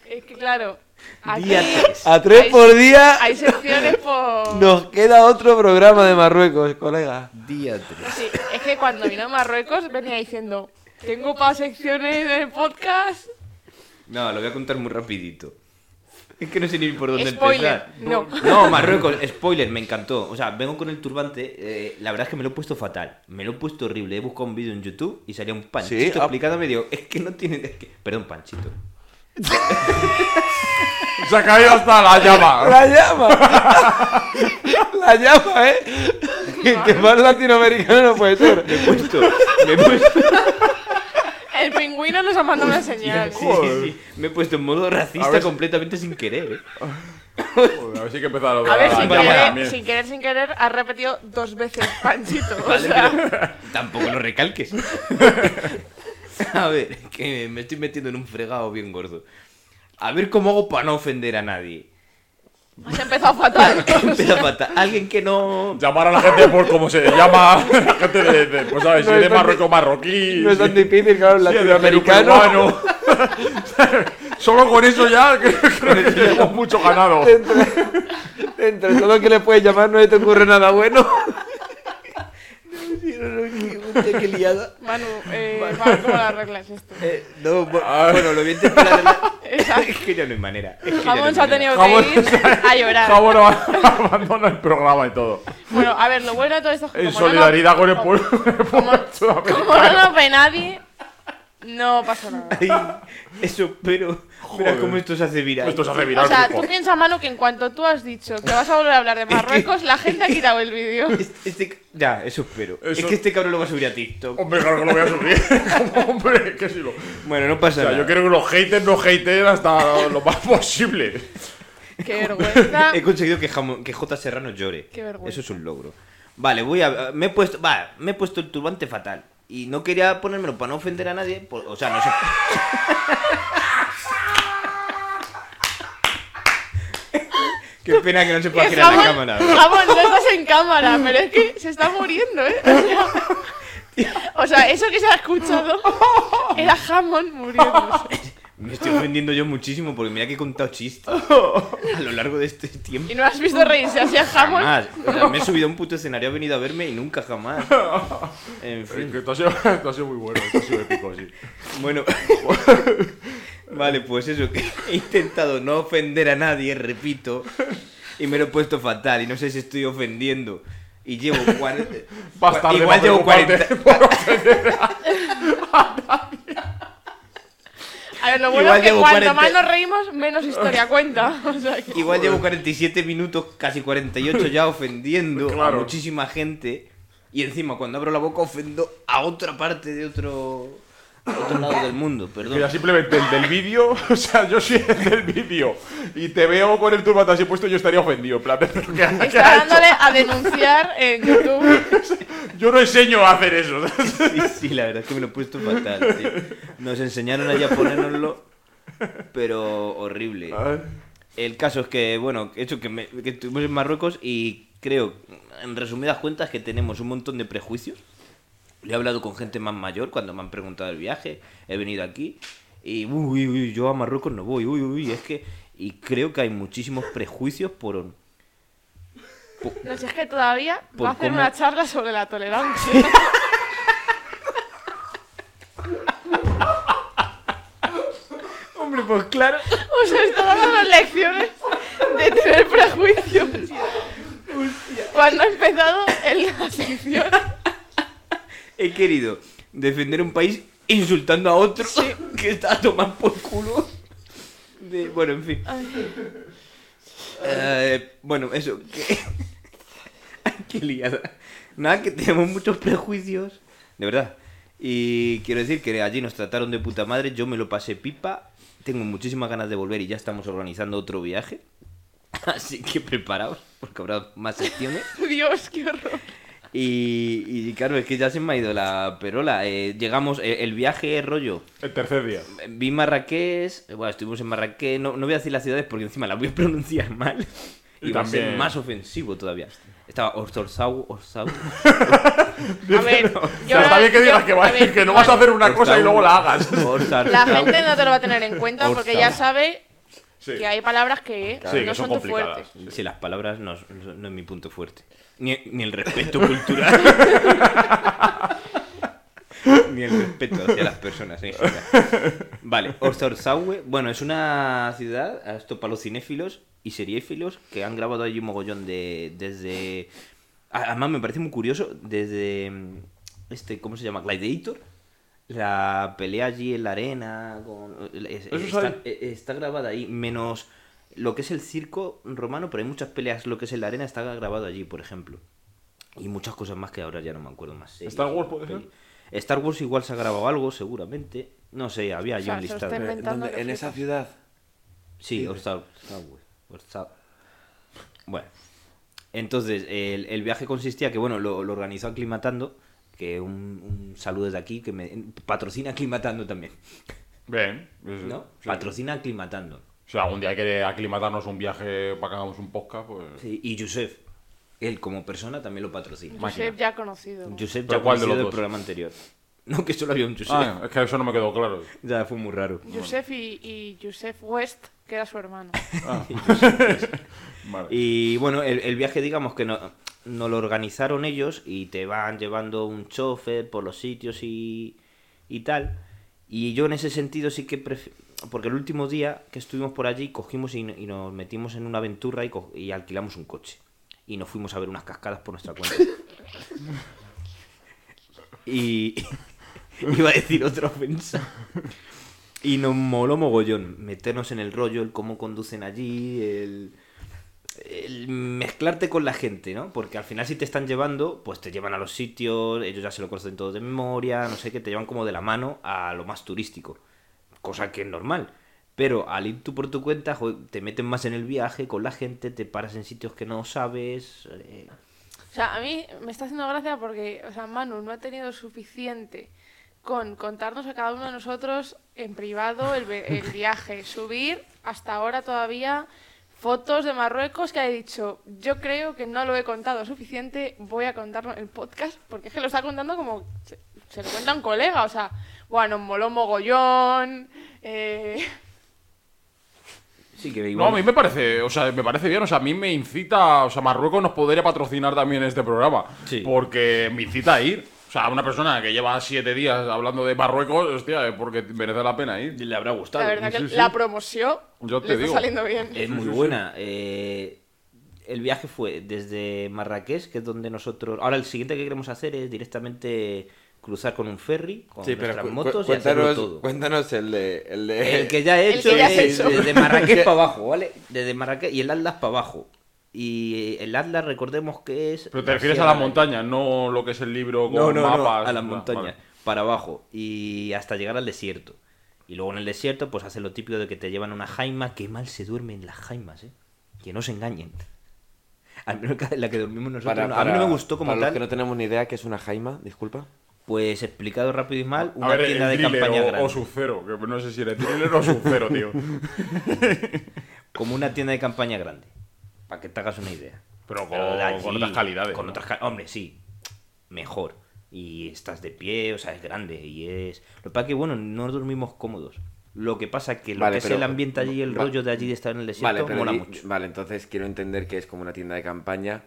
Speaker 5: Es que claro, aquí
Speaker 1: Día tres.
Speaker 4: a tres
Speaker 5: Hay-
Speaker 4: por día
Speaker 5: hay secciones por...
Speaker 4: nos queda otro programa de Marruecos, colega.
Speaker 1: Día tres.
Speaker 5: Sí, es que cuando vino a Marruecos venía diciendo, tengo para secciones del podcast.
Speaker 1: No, lo voy a contar muy rapidito. Es que no sé ni por dónde
Speaker 5: Spoiler,
Speaker 1: empezar.
Speaker 5: no.
Speaker 1: No, Marruecos, spoiler, me encantó. O sea, vengo con el turbante. eh, la verdad es que me lo he puesto fatal. Me lo he puesto horrible. He buscado un vídeo en YouTube y salía un panchito
Speaker 4: Sí, ah.
Speaker 1: explicándome. Digo, es que no tiene. es que- Perdón, panchito.
Speaker 2: Se ha caído hasta la llama.
Speaker 4: La llama.
Speaker 6: Ah.
Speaker 4: la llama, ¿eh? Que- Que más latinoamericano no puede ser.
Speaker 1: Me he puesto. Me he puesto.
Speaker 5: El pingüino nos ha mandado una señal.
Speaker 1: Sí, sí, sí. Me he puesto en modo
Speaker 2: A
Speaker 1: racista
Speaker 2: ver si-
Speaker 1: completamente sin querer. eh.
Speaker 2: Joder, a ver si hay que empezar a
Speaker 5: A ver,
Speaker 2: la
Speaker 5: sin
Speaker 1: Ah,
Speaker 2: llama
Speaker 5: querer,
Speaker 2: también.
Speaker 5: sin querer, sin querer, has repetido dos veces Panchito. o
Speaker 1: Vale,
Speaker 5: sea,
Speaker 1: pero tampoco lo recalques. A ver, que me estoy metiendo en un fregado bien gordo. A ver cómo hago para no ofender a nadie.
Speaker 5: Has empezado fatal.
Speaker 1: Empieza fatal. Alguien que no.
Speaker 2: Llamar a la gente por cómo se llama. La gente de, de- pues sabes,
Speaker 4: No
Speaker 2: si es
Speaker 4: es
Speaker 2: de
Speaker 4: tan-
Speaker 2: Marruecos, marroquí.
Speaker 4: No es tan
Speaker 2: si-
Speaker 4: difícil, claro, un
Speaker 2: si es de
Speaker 4: latinoamericano.
Speaker 2: americano, peruano. Solo con eso ya creo que tenemos mucho ganado.
Speaker 4: Entre todo lo que le puedes llamar no te ocurre nada bueno.
Speaker 5: Manu, eh, va, ¿cómo lo arreglas esto?
Speaker 1: eh, no, bu- bueno, lo voy a intentar arreglar. Es que ya no hay manera. Es que ya no hay
Speaker 5: Jamón se ha
Speaker 1: manera.
Speaker 5: tenido
Speaker 2: Jamón
Speaker 5: que ir a llorar.
Speaker 2: Jabón abandona el programa y todo.
Speaker 5: Bueno, a ver, lo bueno de todo esto es que
Speaker 2: En
Speaker 5: como no
Speaker 2: solidaridad
Speaker 5: lo-
Speaker 2: con el
Speaker 5: como-
Speaker 2: pueblo.
Speaker 5: Como, como no nos ve nadie, no pasa nada.
Speaker 1: Ay, eso, pero. Mira
Speaker 2: Joder.
Speaker 1: cómo esto se hace viral.
Speaker 2: Esto se hace
Speaker 5: O
Speaker 2: viral.
Speaker 5: sea, tú
Speaker 2: grupo.
Speaker 5: piensas, Manu, que en cuanto tú has dicho que vas a volver a hablar de Marruecos, la gente ha quitado el vídeo.
Speaker 1: Es- este- Ya, eso espero. Es
Speaker 2: Eso- Oh.
Speaker 1: que este cabrón lo va a subir a TikTok.
Speaker 2: Hombre, claro que lo voy a subir. Como, hombre, que si lo. O
Speaker 1: Bueno, no pasa
Speaker 2: sea,
Speaker 1: nada.
Speaker 2: yo quiero que los haters no hateen hasta lo más posible.
Speaker 5: Qué vergüenza.
Speaker 1: He conseguido que, Jamón- que J. Serrano llore.
Speaker 5: Qué vergüenza.
Speaker 1: Eso es un logro. Vale, voy a. Me he puesto. Va, me he puesto el turbante fatal. Y no quería ponérmelo para no ofender a nadie. por- o sea, no sé. Qué pena que no se pueda
Speaker 5: Que
Speaker 1: girar la
Speaker 5: Jamón-
Speaker 1: cámara.
Speaker 5: Jamón, no estás en cámara, pero es que se está muriendo, ¿eh? O sea, O sea, eso que se ha escuchado era Hammond muriéndose.
Speaker 1: Me estoy ofendiendo yo muchísimo porque mira que he contado chistes a lo largo de este tiempo.
Speaker 5: Y no has visto reírse así a Hammond.
Speaker 1: Jamás. O sea, me he subido a un puto escenario, ha venido a verme y nunca jamás. En
Speaker 2: Es
Speaker 1: fin.
Speaker 2: que Esto ha, sido, esto ha sido muy bueno, esto ha sido épico, sí.
Speaker 1: Bueno. vale, pues eso, que he intentado no ofender a nadie, repito. Y me lo he puesto fatal y no sé si estoy ofendiendo. Y llevo cuar-
Speaker 2: Más tarde pues,
Speaker 1: Igual
Speaker 2: para
Speaker 1: llevo
Speaker 2: preocuparte
Speaker 1: 40.
Speaker 2: por ofender.
Speaker 5: A ver, lo bueno
Speaker 1: Igual
Speaker 5: es que
Speaker 1: llevo
Speaker 5: cuanto
Speaker 1: 40.
Speaker 5: más nos reímos, menos historia cuenta. O sea que-
Speaker 1: Igual llevo 47 minutos, casi 48 ya ofendiendo
Speaker 2: Claro.
Speaker 1: a muchísima gente. Y encima cuando abro la boca ofendo a otra parte de otro, a otro lado del mundo, perdón.
Speaker 2: Mira, simplemente el del vídeo, o sea, yo soy el del vídeo y te veo con el turbante así puesto, yo estaría ofendido. En plan, ¿pero qué ha- qué
Speaker 5: Está
Speaker 2: ha hecho?
Speaker 5: dándole a denunciar en YouTube.
Speaker 2: Yo no enseño a hacer eso.
Speaker 1: Sí, sí, la verdad es que me lo he puesto fatal. tío. Nos enseñaron allá a ponérnoslo, pero horrible. El caso es que, bueno, hecho que, me- que estuvimos en Marruecos y creo, en resumidas cuentas, que tenemos un montón de prejuicios. Yo he hablado con gente más mayor cuando me han preguntado el viaje, he venido aquí y, uy, uy, uy, yo a Marruecos no voy, uy, uy, es que... Y creo que hay muchísimos prejuicios por...
Speaker 5: No sé, es que todavía
Speaker 1: Por
Speaker 5: va a hacer
Speaker 1: Pues cómo-
Speaker 5: una charla sobre la tolerancia.
Speaker 1: Hombre, pues claro.
Speaker 5: O sea, está dando las lecciones de tener prejuicios. Cuando ha empezado en la sección.
Speaker 1: he querido defender un país insultando a otro que está a tomar por culo. De- bueno, en fin. Eh, bueno, eso. Que... Ay, Qué liada. Nada, que tenemos muchos prejuicios. De verdad. Y quiero decir que allí nos trataron de puta madre. Yo me lo pasé pipa. Tengo muchísimas ganas de volver y ya estamos organizando otro viaje. Así que preparaos, porque habrá más secciones.
Speaker 5: Dios, qué horror.
Speaker 1: Y, y claro, es que ya se me ha ido la perola. Eh, llegamos, eh, el viaje rollo.
Speaker 2: El tercer día.
Speaker 1: Vi Marrakech, eh, bueno, estuvimos en Marrakech, no, no voy a decir las ciudades porque encima las voy a pronunciar mal. Y,
Speaker 2: Y
Speaker 1: va a ser
Speaker 2: también-
Speaker 1: más ofensivo todavía. Estaba Orzorzau, Orzau.
Speaker 5: A ver, yo
Speaker 2: O sea, está
Speaker 5: ahora-
Speaker 2: bien que
Speaker 5: yo-
Speaker 2: digas que, va-
Speaker 5: a ver,
Speaker 2: que no vas a hacer una
Speaker 1: Orzau,
Speaker 2: cosa y luego la hagas.
Speaker 1: Orzarzau.
Speaker 5: La gente no te lo va a tener en cuenta porque ya sabe
Speaker 2: Sí.
Speaker 5: que hay palabras que
Speaker 2: Sí, que
Speaker 5: no
Speaker 2: son
Speaker 5: son, tu
Speaker 2: complicadas.
Speaker 5: fuertes.
Speaker 1: Sí, las palabras no, no es mi punto fuerte. Ni, ni el respeto cultural. ni el respeto hacia las personas en general. Vale, Orzorzaue, bueno, es una ciudad, esto para los cinéfilos y seriéfilos, que han grabado allí un mogollón de... desde... a- Además me parece muy curioso, desde... mm, este ¿Cómo se llama? Gladiator. La pelea allí en la arena. con- es-
Speaker 2: Eso
Speaker 1: está-
Speaker 2: sale-
Speaker 1: eh, Está grabada ahí, menos lo que es el circo romano, pero hay muchas peleas, lo que es en la arena está grabado allí, por ejemplo. Y muchas cosas más que ahora ya no me acuerdo más. series,
Speaker 2: ¿Star Wars puede ser?
Speaker 1: peli- Star Wars igual se ha grabado algo, seguramente. No sé, había
Speaker 5: O
Speaker 1: allí
Speaker 5: sea,
Speaker 1: un
Speaker 5: se lo
Speaker 1: listado.
Speaker 5: está inventando.
Speaker 4: ¿Dónde?
Speaker 5: que
Speaker 4: en esa
Speaker 5: flipas.
Speaker 4: ciudad.
Speaker 1: Sí, o Star, Star Wars, o Star- Bueno. Entonces, el, el viaje consistía que, bueno, lo, lo organizó Aclimatando, que un, un saludo desde aquí, que me patrocina Aclimatando también,
Speaker 2: Bien.
Speaker 1: ¿no?
Speaker 2: Sí.
Speaker 1: Patrocina Aclimatando.
Speaker 2: O sea, algún día hay que aclimatarnos un viaje para que hagamos un podcast, pues.
Speaker 1: Sí, y Yusef, él como persona también lo patrocina.
Speaker 2: Máquina.
Speaker 5: Josep ya conocido.
Speaker 1: Josep
Speaker 2: ¿Pero
Speaker 1: ya
Speaker 2: cuál de
Speaker 1: conocido
Speaker 2: los
Speaker 1: del
Speaker 2: dos?
Speaker 1: programa anterior. No, que solo había un Josep.
Speaker 2: Ah, es que eso no me quedó claro.
Speaker 1: Ya fue muy raro.
Speaker 5: Joseph y, y Joseph West, que era su hermano.
Speaker 2: Ah. Vale.
Speaker 1: Y bueno, el, el viaje, digamos que no, no lo organizaron ellos y te van llevando un chofer por los sitios y, y tal. Y yo en ese sentido sí que pref- Porque el último día que estuvimos por allí cogimos y, y nos metimos en una aventura y, co- y alquilamos un coche. Y nos fuimos a ver unas cascadas por nuestra cuenta. y iba a decir otra ofensa. Y nos moló mogollón meternos en el rollo, el cómo conducen allí, el, el mezclarte con la gente, ¿no? Porque al final si te están llevando, pues te llevan a los sitios, ellos ya se lo conocen todo de memoria, no sé qué, te llevan como de la mano a lo más turístico, cosa que es normal. Pero al ir tú por tu cuenta, joder, te meten más en el viaje con la gente, te paras en sitios que no sabes. eh,
Speaker 5: O sea, a mí me está haciendo gracia porque, o sea, Manu no ha tenido suficiente con contarnos a cada uno de nosotros en privado el, ve- el viaje, subir hasta ahora todavía fotos de Marruecos que ha dicho, yo creo que no lo he contado suficiente, voy a contarlo en el podcast, porque es que lo está contando como se lo cuenta a un colega, o sea, bueno, moló mogollón, eh,
Speaker 1: Sí, que
Speaker 2: No,
Speaker 1: igual.
Speaker 2: a mí me parece, o sea, me parece bien, o sea, a mí me incita, o sea, Marruecos nos podría patrocinar también este programa,
Speaker 1: Sí.
Speaker 2: porque me incita a ir. O sea, una persona que lleva siete días hablando de Marruecos, hostia, es porque merece la pena ir.
Speaker 6: Le habrá
Speaker 5: la
Speaker 6: gustado.
Speaker 5: verdad
Speaker 2: sí,
Speaker 5: que
Speaker 2: sí.
Speaker 5: la promoción
Speaker 2: Yo te
Speaker 5: le
Speaker 2: digo.
Speaker 5: está saliendo bien.
Speaker 1: Es muy buena. Eh, el viaje fue desde Marrakech, que es donde nosotros. Ahora, el siguiente que queremos hacer es directamente cruzar con un ferry, con
Speaker 6: Sí, pero
Speaker 1: nuestras
Speaker 6: cu-
Speaker 1: motos
Speaker 6: cu-
Speaker 1: y hacerlo
Speaker 6: cuéntanos,
Speaker 1: todo. Eh,
Speaker 6: cuéntanos el de. El, de...
Speaker 1: El que ya he
Speaker 5: El
Speaker 1: hecho
Speaker 5: que ya has
Speaker 1: es
Speaker 5: hecho.
Speaker 1: desde Marrakech para abajo, ¿vale? Desde Marrakech y el Atlas para abajo. Y el Atlas, recordemos que es.
Speaker 2: Pero te refieres a
Speaker 1: Sierra
Speaker 2: las montañas, no lo que es el libro con
Speaker 1: no, no,
Speaker 2: mapas.
Speaker 1: no, a
Speaker 2: Ah,
Speaker 1: las montañas,
Speaker 2: vale.
Speaker 1: para abajo y hasta llegar al desierto. Y luego en el desierto, pues hace lo típico de que te llevan una jaima, que mal se duermen las jaimas, ¿eh? Que no se engañen. Al menos que- la que dormimos nosotros.
Speaker 6: Para-
Speaker 1: no- a
Speaker 6: para-
Speaker 1: mí no me gustó como
Speaker 6: para
Speaker 1: tal.
Speaker 6: los que no tenemos ni idea que es una jaima, disculpa.
Speaker 1: Pues explicado rápido y mal,
Speaker 2: A
Speaker 1: una
Speaker 2: ver,
Speaker 1: tienda de
Speaker 2: el thriller
Speaker 1: campaña
Speaker 2: o,
Speaker 1: grande.
Speaker 2: o Sub-Zero, que no sé si era thriller o Sub-Zero, tío.
Speaker 1: Como una tienda de campaña grande. Para que te hagas una idea.
Speaker 2: Pero
Speaker 1: Pero
Speaker 2: con-
Speaker 1: de allí,
Speaker 2: con otras calidades,
Speaker 1: Con
Speaker 2: ¿no?
Speaker 1: otras ca- Hombre, sí. Mejor. Y estás de pie, o sea, es grande y es... Lo que pasa es que, bueno, no dormimos cómodos. Lo que pasa es que lo
Speaker 6: Vale,
Speaker 1: que es
Speaker 6: pero-
Speaker 1: el ambiente allí, el
Speaker 6: va-
Speaker 1: rollo de allí de estar en el desierto,
Speaker 6: Vale, pero
Speaker 1: mola
Speaker 6: di-
Speaker 1: mucho.
Speaker 6: vale, entonces quiero entender que es como una tienda de campaña.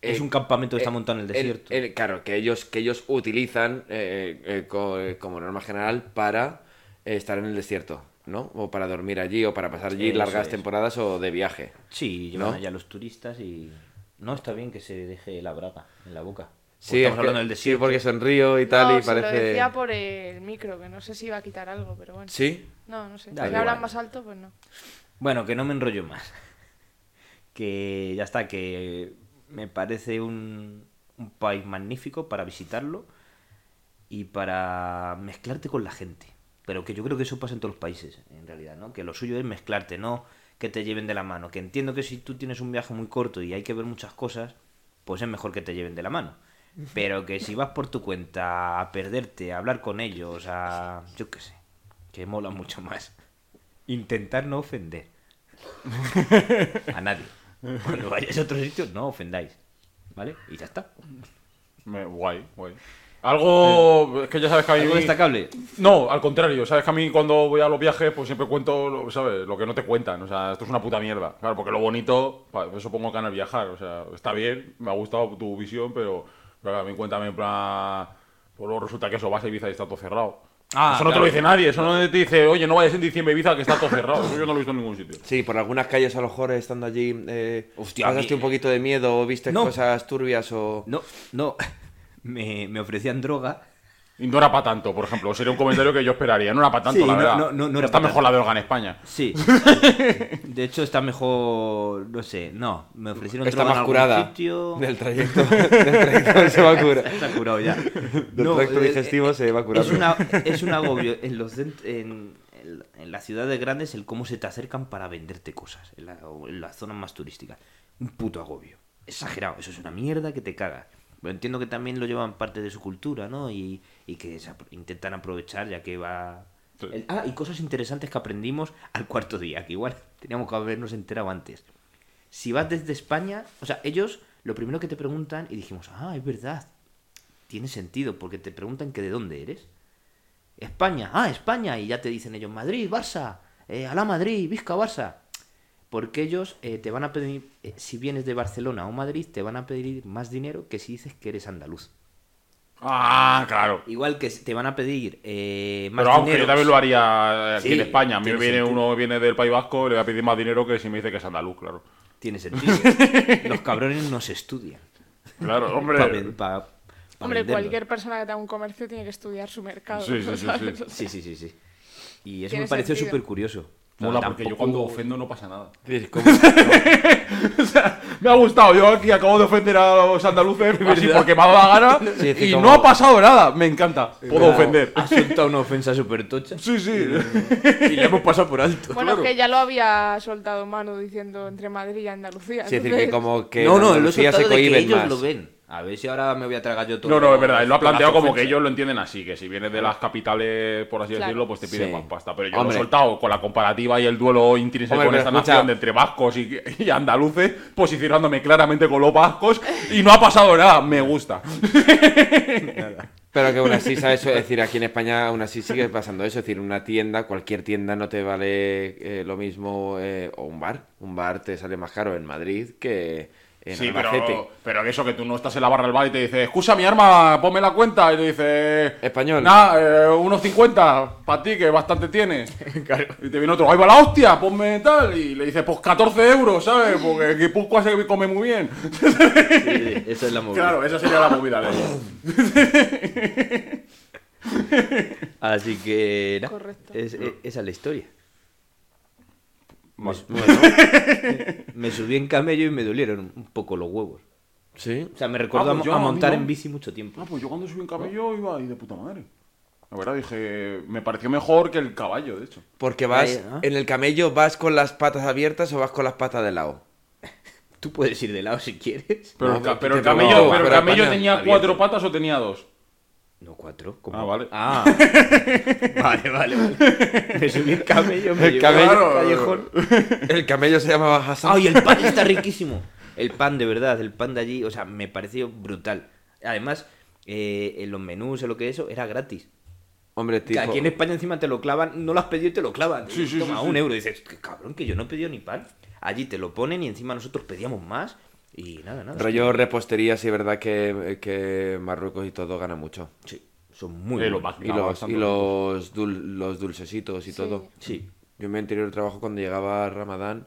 Speaker 1: Es
Speaker 6: Eh,
Speaker 1: un campamento que está
Speaker 6: eh,
Speaker 1: montado en el desierto.
Speaker 6: el- claro, que ellos, que ellos utilizan eh, eh, co- eh, como norma general para eh, estar en el desierto, ¿no? O para dormir allí, o para pasar allí
Speaker 1: Eso
Speaker 6: largas
Speaker 1: es. Pues
Speaker 6: temporadas o de viaje.
Speaker 1: Sí, llevan
Speaker 6: ¿no?
Speaker 1: allá los turistas y... No, está bien que se deje la braga en la boca. Pues
Speaker 6: Sí,
Speaker 1: estamos
Speaker 6: es que-
Speaker 1: hablando del
Speaker 6: sí,
Speaker 1: desierto.
Speaker 6: porque sonrío y tal,
Speaker 5: no,
Speaker 6: y
Speaker 5: se lo
Speaker 6: parece.
Speaker 5: decía por el micro, que no sé si iba a quitar algo, pero bueno.
Speaker 6: Sí.
Speaker 5: No, no sé.
Speaker 1: Da
Speaker 5: si
Speaker 1: igual.
Speaker 5: hablan más alto, pues no.
Speaker 1: Bueno, que no me enrollo más. Que ya está, que me parece un, un país magnífico para visitarlo y para mezclarte con la gente. Pero que yo creo que eso pasa en todos los países, en realidad, ¿no? Que lo suyo es mezclarte, no que te lleven de la mano. Que entiendo que si tú tienes un viaje muy corto y hay que ver muchas cosas, pues es mejor que te lleven de la mano. Pero que si vas por tu cuenta a perderte, a hablar con ellos, a... yo qué sé, que mola mucho más. Intentar no ofender a nadie. Cuando vayáis a otro sitio, no ofendáis. ¿Vale? Y ya está.
Speaker 2: Me- guay, guay. Algo, es que ya sabes que a mí...
Speaker 1: Eh, ¿Algo destacable?
Speaker 2: No, al contrario, sabes que a mí cuando voy a los viajes, pues siempre cuento, lo- ¿sabes? Lo que no te cuentan, o sea, esto es una puta mierda. Claro, porque lo bonito, pa, eso pongo ganas de viajar, o sea, está bien, me ha gustado tu visión, pero, pero a mí cuéntame, en plan, pues luego resulta que eso vas a Ibiza y está todo cerrado.
Speaker 1: Ah,
Speaker 2: eso no te lo
Speaker 1: claro.
Speaker 2: dice nadie, eso no te dice, oye, no vayas en diciembre a Ibiza que está todo cerrado, eso yo no lo he visto en ningún sitio.
Speaker 6: Sí, por algunas calles a lo mejor estando allí eh,
Speaker 1: Hostia,
Speaker 6: pasaste
Speaker 1: a
Speaker 6: un
Speaker 1: mí-
Speaker 6: poquito de miedo o viste
Speaker 1: No.
Speaker 6: cosas turbias o...
Speaker 1: No, no. Me, me ofrecían droga.
Speaker 2: Y no era para tanto, por ejemplo, sería un comentario que yo esperaría, no era para tanto,
Speaker 1: Sí,
Speaker 2: la
Speaker 1: no-
Speaker 2: verdad.
Speaker 1: no- no- no era
Speaker 2: está
Speaker 1: pa'
Speaker 2: mejor la de Organ España.
Speaker 1: Sí. De hecho, está mejor. No sé, no. Me ofrecieron
Speaker 6: Está
Speaker 1: droga
Speaker 6: más
Speaker 1: en algún
Speaker 6: curada
Speaker 1: sitio.
Speaker 6: del trayecto, del trayecto se va a curar.
Speaker 1: Está curado ya.
Speaker 6: Del tracto
Speaker 1: eh,
Speaker 6: digestivo
Speaker 1: eh,
Speaker 6: se va curando.
Speaker 1: Es, una- es un agobio. En, los, cent- en, en- en las ciudades grandes, el cómo se te acercan para venderte cosas. En, la- o en las zonas más turísticas. Un puto agobio. Exagerado. Eso es una mierda que te cagas. Pero entiendo que también lo llevan parte de su cultura, ¿no? Y, y que se apro- intentan aprovechar ya que va.
Speaker 2: Sí.
Speaker 1: El- ah, y cosas interesantes que aprendimos al cuarto día, que igual teníamos que habernos enterado antes si vas desde España, o sea, ellos lo primero que te preguntan, y dijimos, ah, es verdad, tiene sentido, porque te preguntan que de dónde eres. España, ah, España, y ya te dicen ellos, Madrid, Barça, eh, Alá Madrid, Vizca, Barça. Porque ellos eh, te van a pedir, eh, si vienes de Barcelona o Madrid, te van a pedir más dinero que si dices que eres andaluz.
Speaker 2: Ah, claro.
Speaker 1: Igual que te van a pedir eh, más
Speaker 2: Pero vamos, que
Speaker 1: dinero.
Speaker 2: yo también lo haría eh, aquí
Speaker 1: Sí,
Speaker 2: en España. A mí me
Speaker 1: tiene
Speaker 2: viene
Speaker 1: sentido.
Speaker 2: uno viene del País Vasco, le voy a pedir más dinero que si me dice que es andaluz, claro.
Speaker 1: Tiene sentido. Los cabrones nos estudian.
Speaker 2: Claro,
Speaker 1: Pa-
Speaker 2: hombre.
Speaker 1: pa- pa
Speaker 5: Hombre,
Speaker 1: venderlo.
Speaker 5: cualquier persona que tenga un comercio tiene que estudiar su mercado.
Speaker 2: Sí, sí, sí,
Speaker 5: ¿sabes?
Speaker 2: sí.
Speaker 1: Sí, sí, sí, sí. Y eso
Speaker 5: Tiene
Speaker 1: me pareció
Speaker 5: sentido.
Speaker 1: súper curioso.
Speaker 2: Mola, porque yo cuando ofendo no pasa nada. Me ha gustado, yo aquí acabo de ofender a los andaluces así porque me ha dado la gana
Speaker 6: Sí, es que
Speaker 2: y
Speaker 6: como- Ah,
Speaker 2: no ha pasado nada. Me encanta. Puedo ofender.
Speaker 1: Ha soltado una ofensa súper tocha.
Speaker 2: Sí, sí.
Speaker 6: Y le hemos pasado por alto.
Speaker 5: Bueno, que ya lo había soltado Manu diciendo entre Madrid y Andalucía.
Speaker 6: Es decir,
Speaker 5: entonces-
Speaker 6: que como que
Speaker 1: no,
Speaker 6: en
Speaker 1: no, lo he
Speaker 6: Andalucía
Speaker 1: soltado de que
Speaker 6: cohíben
Speaker 1: ellos
Speaker 6: más.
Speaker 1: lo ven. A ver si ahora me voy a tragar yo todo.
Speaker 2: No, no, es verdad. Él lo ha
Speaker 1: Toda la
Speaker 2: planteado como que
Speaker 1: ofensa.
Speaker 2: ellos lo entienden así, que si vienes de las capitales, por así
Speaker 5: Claro.
Speaker 2: decirlo, pues te piden
Speaker 6: Sí.
Speaker 2: más pasta. Pero yo lo
Speaker 6: Hombre.
Speaker 2: he soltado con la comparativa y el duelo intrínseco
Speaker 6: Hombre,
Speaker 2: en
Speaker 6: pero
Speaker 2: esta
Speaker 6: escucha.
Speaker 2: nación de entre vascos y, y andaluces, posicionándome claramente con los vascos y no ha pasado nada. Me gusta.
Speaker 4: Pero que aún así, ¿sabes? Es decir, aquí en España aún así sigue pasando eso. Es decir, una tienda, cualquier tienda no te vale eh, lo mismo, eh, o un bar. Un bar te sale más caro en Madrid que en
Speaker 2: Sí,
Speaker 4: Albacete.
Speaker 2: pero, pero eso que tú no estás en la barra del bar y te dice, excusa mi arma, ponme la cuenta. Y te dice,
Speaker 4: Español.
Speaker 2: Nah, eh, unos 50, para ti que bastante tienes. Y te viene otro, ahí va la hostia, ponme tal. Y le dice, pues 14 euros, ¿sabes? Porque Guipúzcoa se come muy bien.
Speaker 1: Sí, esa es la movida.
Speaker 2: claro, esa sería la movida de ellos.
Speaker 1: Así que. nada,
Speaker 5: Correcto.
Speaker 1: es- e- esa es la historia.
Speaker 2: Vale.
Speaker 1: Me subí en camello y me dolieron un poco los huevos.
Speaker 4: Sí.
Speaker 1: O sea, me recordó
Speaker 2: Ah,
Speaker 1: a
Speaker 2: pues
Speaker 1: mo-
Speaker 2: yo
Speaker 1: a,
Speaker 2: a mí
Speaker 1: montar
Speaker 2: no.
Speaker 1: en bici mucho tiempo.
Speaker 2: Ah, pues yo cuando subí en camello iba ahí de puta madre. La verdad, dije, me pareció mejor que el caballo, de hecho.
Speaker 4: Porque
Speaker 1: vas-
Speaker 4: vas,
Speaker 1: Ahí, ¿no?
Speaker 4: en el camello, ¿vas con las patas abiertas o vas con las patas de lado?
Speaker 1: Tú puedes ir de lado si quieres.
Speaker 2: Pero,
Speaker 4: No,
Speaker 2: el, ca-
Speaker 4: que-
Speaker 2: pero el
Speaker 4: que-
Speaker 2: camello,
Speaker 4: no,
Speaker 2: pero el
Speaker 4: pero
Speaker 2: camello
Speaker 4: España
Speaker 2: tenía
Speaker 4: abierto.
Speaker 2: cuatro patas o tenía dos.
Speaker 1: No, cuatro. ¿cómo?
Speaker 2: Ah, vale.
Speaker 1: Ah. vale, vale, vale. Me subí en camello, me
Speaker 4: El
Speaker 1: llevó al
Speaker 4: camello.
Speaker 1: callejón.
Speaker 4: El camello se llamaba Hassan.
Speaker 1: ¡Ay, el pan está riquísimo! El pan, de verdad, el pan de allí, o sea, me pareció brutal. Además, eh, en los menús, en lo que eso, era gratis.
Speaker 4: Hombre,
Speaker 1: Que
Speaker 4: tipo.
Speaker 1: aquí en España encima te lo clavan, no lo has pedido y te lo clavan.
Speaker 2: Sí, sí,
Speaker 1: Toma
Speaker 2: sí, sí.
Speaker 1: un euro y dices, "Qué cabrón, que yo no he pedido ni pan. Allí te lo ponen y encima nosotros pedíamos más y nada, nada.
Speaker 4: Rollo repostería, sí, es verdad que, que Marruecos y todo gana mucho.
Speaker 1: Sí, son muy
Speaker 2: Eh, lo
Speaker 1: buenos.
Speaker 2: más-
Speaker 4: Y
Speaker 2: No,
Speaker 4: los,
Speaker 2: bastante
Speaker 4: y los, dul- los dulcecitos y
Speaker 5: Sí.
Speaker 4: todo.
Speaker 1: Sí,
Speaker 4: Yo en mi anterior trabajo, cuando llegaba Ramadán,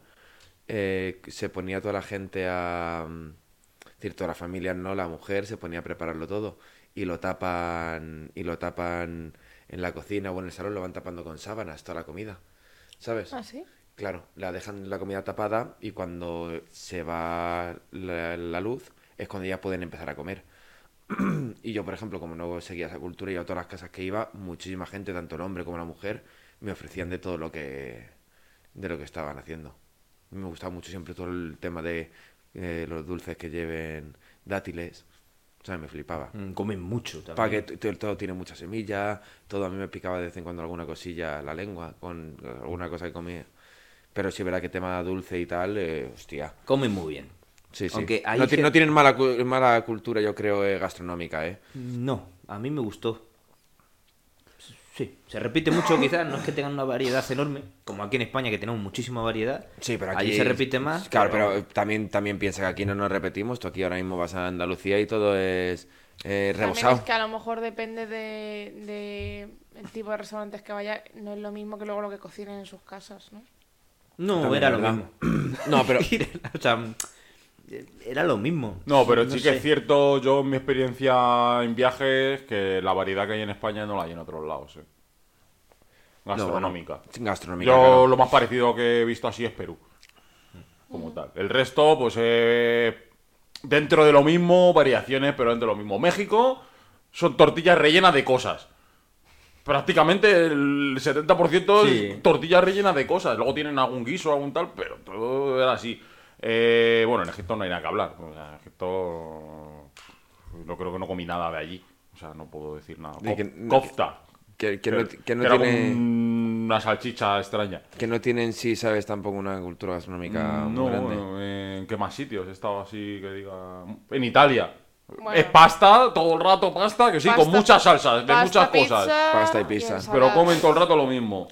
Speaker 4: eh, se ponía toda la gente a... mm, Es decir, toda la familia, ¿no? La mujer se ponía a prepararlo todo. Y lo tapan, y lo tapan en la cocina o en el salón, lo van tapando con sábanas, toda la comida. ¿Sabes?
Speaker 5: ¿Ah, sí?
Speaker 4: Claro, la dejan la comida tapada y cuando se va la, la luz es cuando ya pueden empezar a comer. Y yo, por ejemplo, como no seguía esa cultura y a todas las casas que iba, muchísima gente, tanto el hombre como la mujer, me ofrecían de todo lo que de lo que estaban haciendo. Me gustaba mucho siempre todo el tema de eh, los dulces que lleven dátiles. O sea, me flipaba.
Speaker 1: Mm, comen mucho también.
Speaker 4: Pa' que t- t- todo tiene mucha semilla, todo a mí me picaba de vez en cuando alguna cosilla la lengua, con alguna cosa que comía. Pero sí, verdad que tema dulce y tal, eh, hostia.
Speaker 1: Comen muy bien.
Speaker 4: Sí, sí.
Speaker 1: Aunque hay
Speaker 4: no, ti-
Speaker 1: gen-
Speaker 4: no tienen mala, cu- mala cultura, yo creo, eh, gastronómica, ¿eh?
Speaker 1: No, a mí me gustó. Sí, se repite mucho quizás, no es que tengan una variedad enorme, como aquí en España que tenemos muchísima variedad.
Speaker 4: Sí, pero aquí...
Speaker 1: Allí se repite más.
Speaker 4: Claro, pero, también, también piensa que aquí no nos repetimos. Tú aquí ahora mismo vas a Andalucía y todo es eh,
Speaker 5: También
Speaker 4: rebosado.
Speaker 5: es que a lo mejor depende de, de el tipo de restaurantes que vaya, no es lo mismo que luego lo que cocinen en sus casas, ¿no?
Speaker 1: No,
Speaker 4: También,
Speaker 1: era lo
Speaker 4: ¿verdad?
Speaker 1: mismo.
Speaker 4: No, pero...
Speaker 1: o sea, era lo mismo.
Speaker 2: No, pero sí que
Speaker 1: sé.
Speaker 2: es cierto, yo en mi experiencia en viajes, que la variedad que hay en España no la hay en otros lados. eh. Gastronómica.
Speaker 4: Gastronómica,
Speaker 2: yo
Speaker 4: claro.
Speaker 2: lo más parecido que he visto así es Perú. Como tal. El resto, pues eh, dentro de lo mismo, variaciones, pero dentro de lo mismo. México son tortillas rellenas de cosas. Prácticamente el 70%
Speaker 1: Sí.
Speaker 2: es tortillas rellenas de cosas. Luego tienen algún guiso, algún tal, pero todo era así. Eh, bueno, en Egipto no hay nada que hablar. O sea, en Egipto. No creo que no comí nada de allí. O sea, no puedo decir nada.
Speaker 4: De que-
Speaker 2: Cof- Kofta.
Speaker 4: Que, que no,
Speaker 2: Que-
Speaker 4: que no
Speaker 2: que era
Speaker 4: tiene...
Speaker 2: como una salchicha extraña.
Speaker 4: Que no tienen, sí, sabes, tampoco una cultura gastronómica
Speaker 2: No,
Speaker 4: muy grande.
Speaker 2: bueno, ¿en qué más sitios he estado así que diga? En Italia.
Speaker 5: Bueno.
Speaker 2: Es pasta, todo el rato pasta, que sí, con
Speaker 5: Pasta-
Speaker 2: muchas salsas, de
Speaker 5: pasta,
Speaker 2: muchas cosas.
Speaker 5: pizza
Speaker 4: Pasta y pizza. Pero
Speaker 2: Pero
Speaker 5: ensaladas.
Speaker 2: comen todo el rato lo mismo.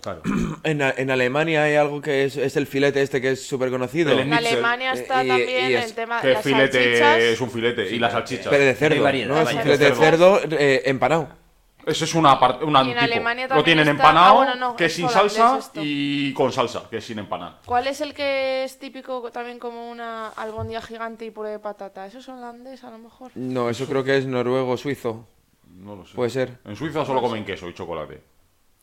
Speaker 4: En, A- en Alemania hay algo que es, es el filete este que es súper conocido.
Speaker 2: El
Speaker 5: En
Speaker 2: schnitzel,
Speaker 5: Alemania está
Speaker 4: eh, y-
Speaker 5: también
Speaker 4: y
Speaker 5: el
Speaker 4: es-
Speaker 5: tema de
Speaker 2: Que
Speaker 5: las
Speaker 2: filete
Speaker 5: salchichas.
Speaker 2: es un filete. y la salchicha.
Speaker 4: Pero de
Speaker 1: Hay
Speaker 4: cerdo,
Speaker 1: variedad,
Speaker 2: Ah,
Speaker 4: ¿no? Es
Speaker 1: hay
Speaker 4: un
Speaker 1: variedad.
Speaker 4: filete de cerdo eh, empanado.
Speaker 2: Eso es una parte, un
Speaker 5: en
Speaker 2: antipo.
Speaker 5: Alemania
Speaker 2: Lo
Speaker 5: también
Speaker 2: tienen
Speaker 5: está-
Speaker 2: empanado,
Speaker 5: ah, bueno, no,
Speaker 2: que es
Speaker 5: es
Speaker 2: sin
Speaker 5: holandés
Speaker 2: salsa,
Speaker 5: esto.
Speaker 2: y con salsa, que es sin empanar.
Speaker 5: ¿Cuál es el que es típico también como una albondía gigante y puré de patata? ¿Eso es holandés a lo mejor?
Speaker 4: No, eso creo que es noruego, suizo.
Speaker 2: No lo sé.
Speaker 4: Puede ser.
Speaker 2: En Suiza solo comen queso y chocolate.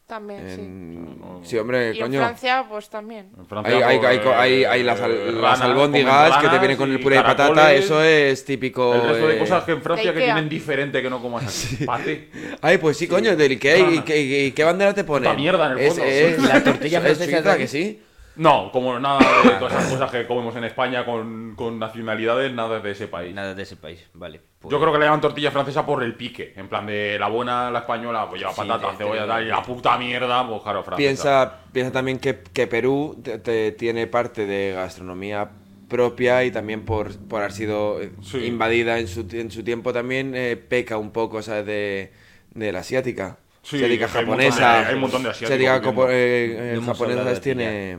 Speaker 5: También, sí.
Speaker 4: En- Sí,
Speaker 6: eh,
Speaker 4: hombre,
Speaker 5: Y en
Speaker 4: coño.
Speaker 5: Francia, pues también.
Speaker 2: En Francia,
Speaker 4: Hay, hay, hay,
Speaker 2: pues,
Speaker 4: hay- hay las, al-
Speaker 2: eh,
Speaker 4: las
Speaker 2: ranas,
Speaker 4: albóndigas
Speaker 2: comen
Speaker 4: que te
Speaker 2: ranas
Speaker 4: vienen con el
Speaker 2: y
Speaker 4: puré de patata,
Speaker 2: caracoles.
Speaker 4: eso es típico.
Speaker 2: El resto de
Speaker 4: eh,
Speaker 2: cosas que en Francia
Speaker 5: De
Speaker 2: que
Speaker 5: Ikea.
Speaker 2: tienen diferente que no comas aquí. Pate.
Speaker 4: Ay, pues sí, coño, del Ikea, ¿y,
Speaker 2: Rana.
Speaker 4: qué- y qué bandera te ponen?
Speaker 2: Puta mierda, en el
Speaker 4: Es-
Speaker 2: fondo.
Speaker 4: es-
Speaker 1: La tortilla
Speaker 4: es
Speaker 1: francesa
Speaker 4: suiza,
Speaker 1: también.
Speaker 4: que sí.
Speaker 2: No, como nada de todas esas cosas que comemos en España con, con nacionalidades, nada de ese país.
Speaker 1: Nada de ese país, vale. pues-
Speaker 2: Yo creo que le llaman tortilla francesa por el pique. En plan de la buena, la española, pues lleva
Speaker 1: Sí,
Speaker 2: patata,
Speaker 1: te-
Speaker 2: cebolla,
Speaker 1: te-
Speaker 2: tal. Y la puta mierda, pues claro, francesa.
Speaker 4: Piensa, piensa también que, que Perú te- te tiene parte de gastronomía propia y también por, por haber sido eh,
Speaker 2: Sí.
Speaker 4: invadida en su, en su tiempo también eh, peca un poco, ¿sabes? De,
Speaker 6: de la asiática.
Speaker 2: Sí,
Speaker 6: asiática
Speaker 2: que hay un montón de-
Speaker 6: japonesa.
Speaker 2: hay un montón de asiáticos
Speaker 6: asiática
Speaker 2: viviendo.
Speaker 6: copo- eh, eh,
Speaker 1: No hemos hablado de
Speaker 6: japonesas
Speaker 1: ti
Speaker 6: tiene.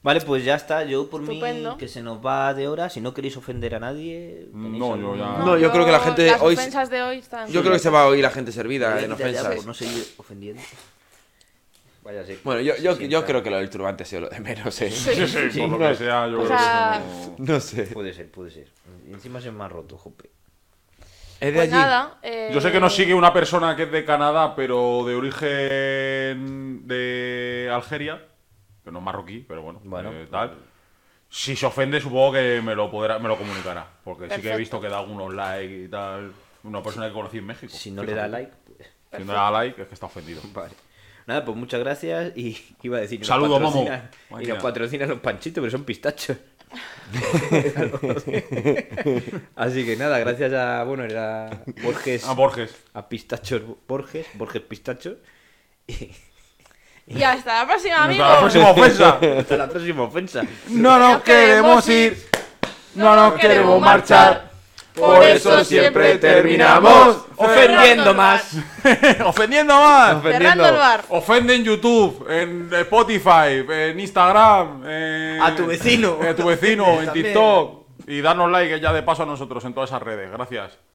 Speaker 1: Vale, pues ya está. Yo por
Speaker 5: Estupendo.
Speaker 1: mí, que se nos va de hora. Si no queréis ofender a nadie... tenéis
Speaker 2: No, yo
Speaker 1: algún-
Speaker 2: ya-
Speaker 6: No, yo creo que la gente
Speaker 5: las
Speaker 6: hoy-
Speaker 5: ofensas de hoy están.
Speaker 6: Yo creo que se va a oír la gente servida eh,
Speaker 1: Ya,
Speaker 6: en
Speaker 1: ya, ya,
Speaker 6: ofensas.
Speaker 1: por no seguir ofendiendo. Vaya, sí.
Speaker 6: Bueno, yo, yo, yo
Speaker 1: Sienta.
Speaker 6: creo que lo del turbante ha sido lo de menos, ¿eh?
Speaker 2: Sí, sí, por lo que sea, yo
Speaker 5: O
Speaker 2: creo
Speaker 5: sea,
Speaker 2: que no-
Speaker 6: No sé.
Speaker 1: Puede ser, puede ser. Y Encima se me ha roto, jope.
Speaker 6: Es de
Speaker 5: Pues
Speaker 6: allí.
Speaker 5: nada, eh,
Speaker 2: Yo sé que nos sigue una persona que es de Canadá, pero de origen de Algeria, que no es marroquí, pero bueno,
Speaker 1: Bueno.
Speaker 2: eh, tal. Si se ofende, supongo que me lo podrá, me lo comunicará, porque sí que he
Speaker 5: Perfecto.
Speaker 2: visto que da algunos likes y tal. Una persona que conocí en México.
Speaker 1: Si no le da like, pues...
Speaker 2: Si no le da like, es que está ofendido.
Speaker 1: Vale. Nada, pues muchas gracias y iba a decir... y nos
Speaker 2: Saludo, Momo.
Speaker 1: patrocinan- Y
Speaker 2: Máquina.
Speaker 1: nos patrocinan los panchitos, pero son pistachos. Así que nada, gracias a... Bueno, era Borges...
Speaker 2: Ah, Borges.
Speaker 1: A Pistachos Borges, Borges Pistachos. Y
Speaker 5: Y hasta la próxima, amigos.
Speaker 2: Hasta la próxima ofensa.
Speaker 1: hasta la próxima ofensa.
Speaker 2: No
Speaker 5: nos queremos ir, no nos queremos marchar, por eso siempre terminamos
Speaker 2: ofendiendo
Speaker 5: ofendiendo
Speaker 2: más.
Speaker 5: más.
Speaker 2: ofendiendo más.
Speaker 5: Cerrando el bar.
Speaker 2: Ofende en YouTube, en Spotify, en Instagram. en-
Speaker 1: A tu vecino.
Speaker 2: A tu vecino, en
Speaker 1: También.
Speaker 2: TikTok. Y darnos like ya de paso a nosotros en todas esas redes. Gracias.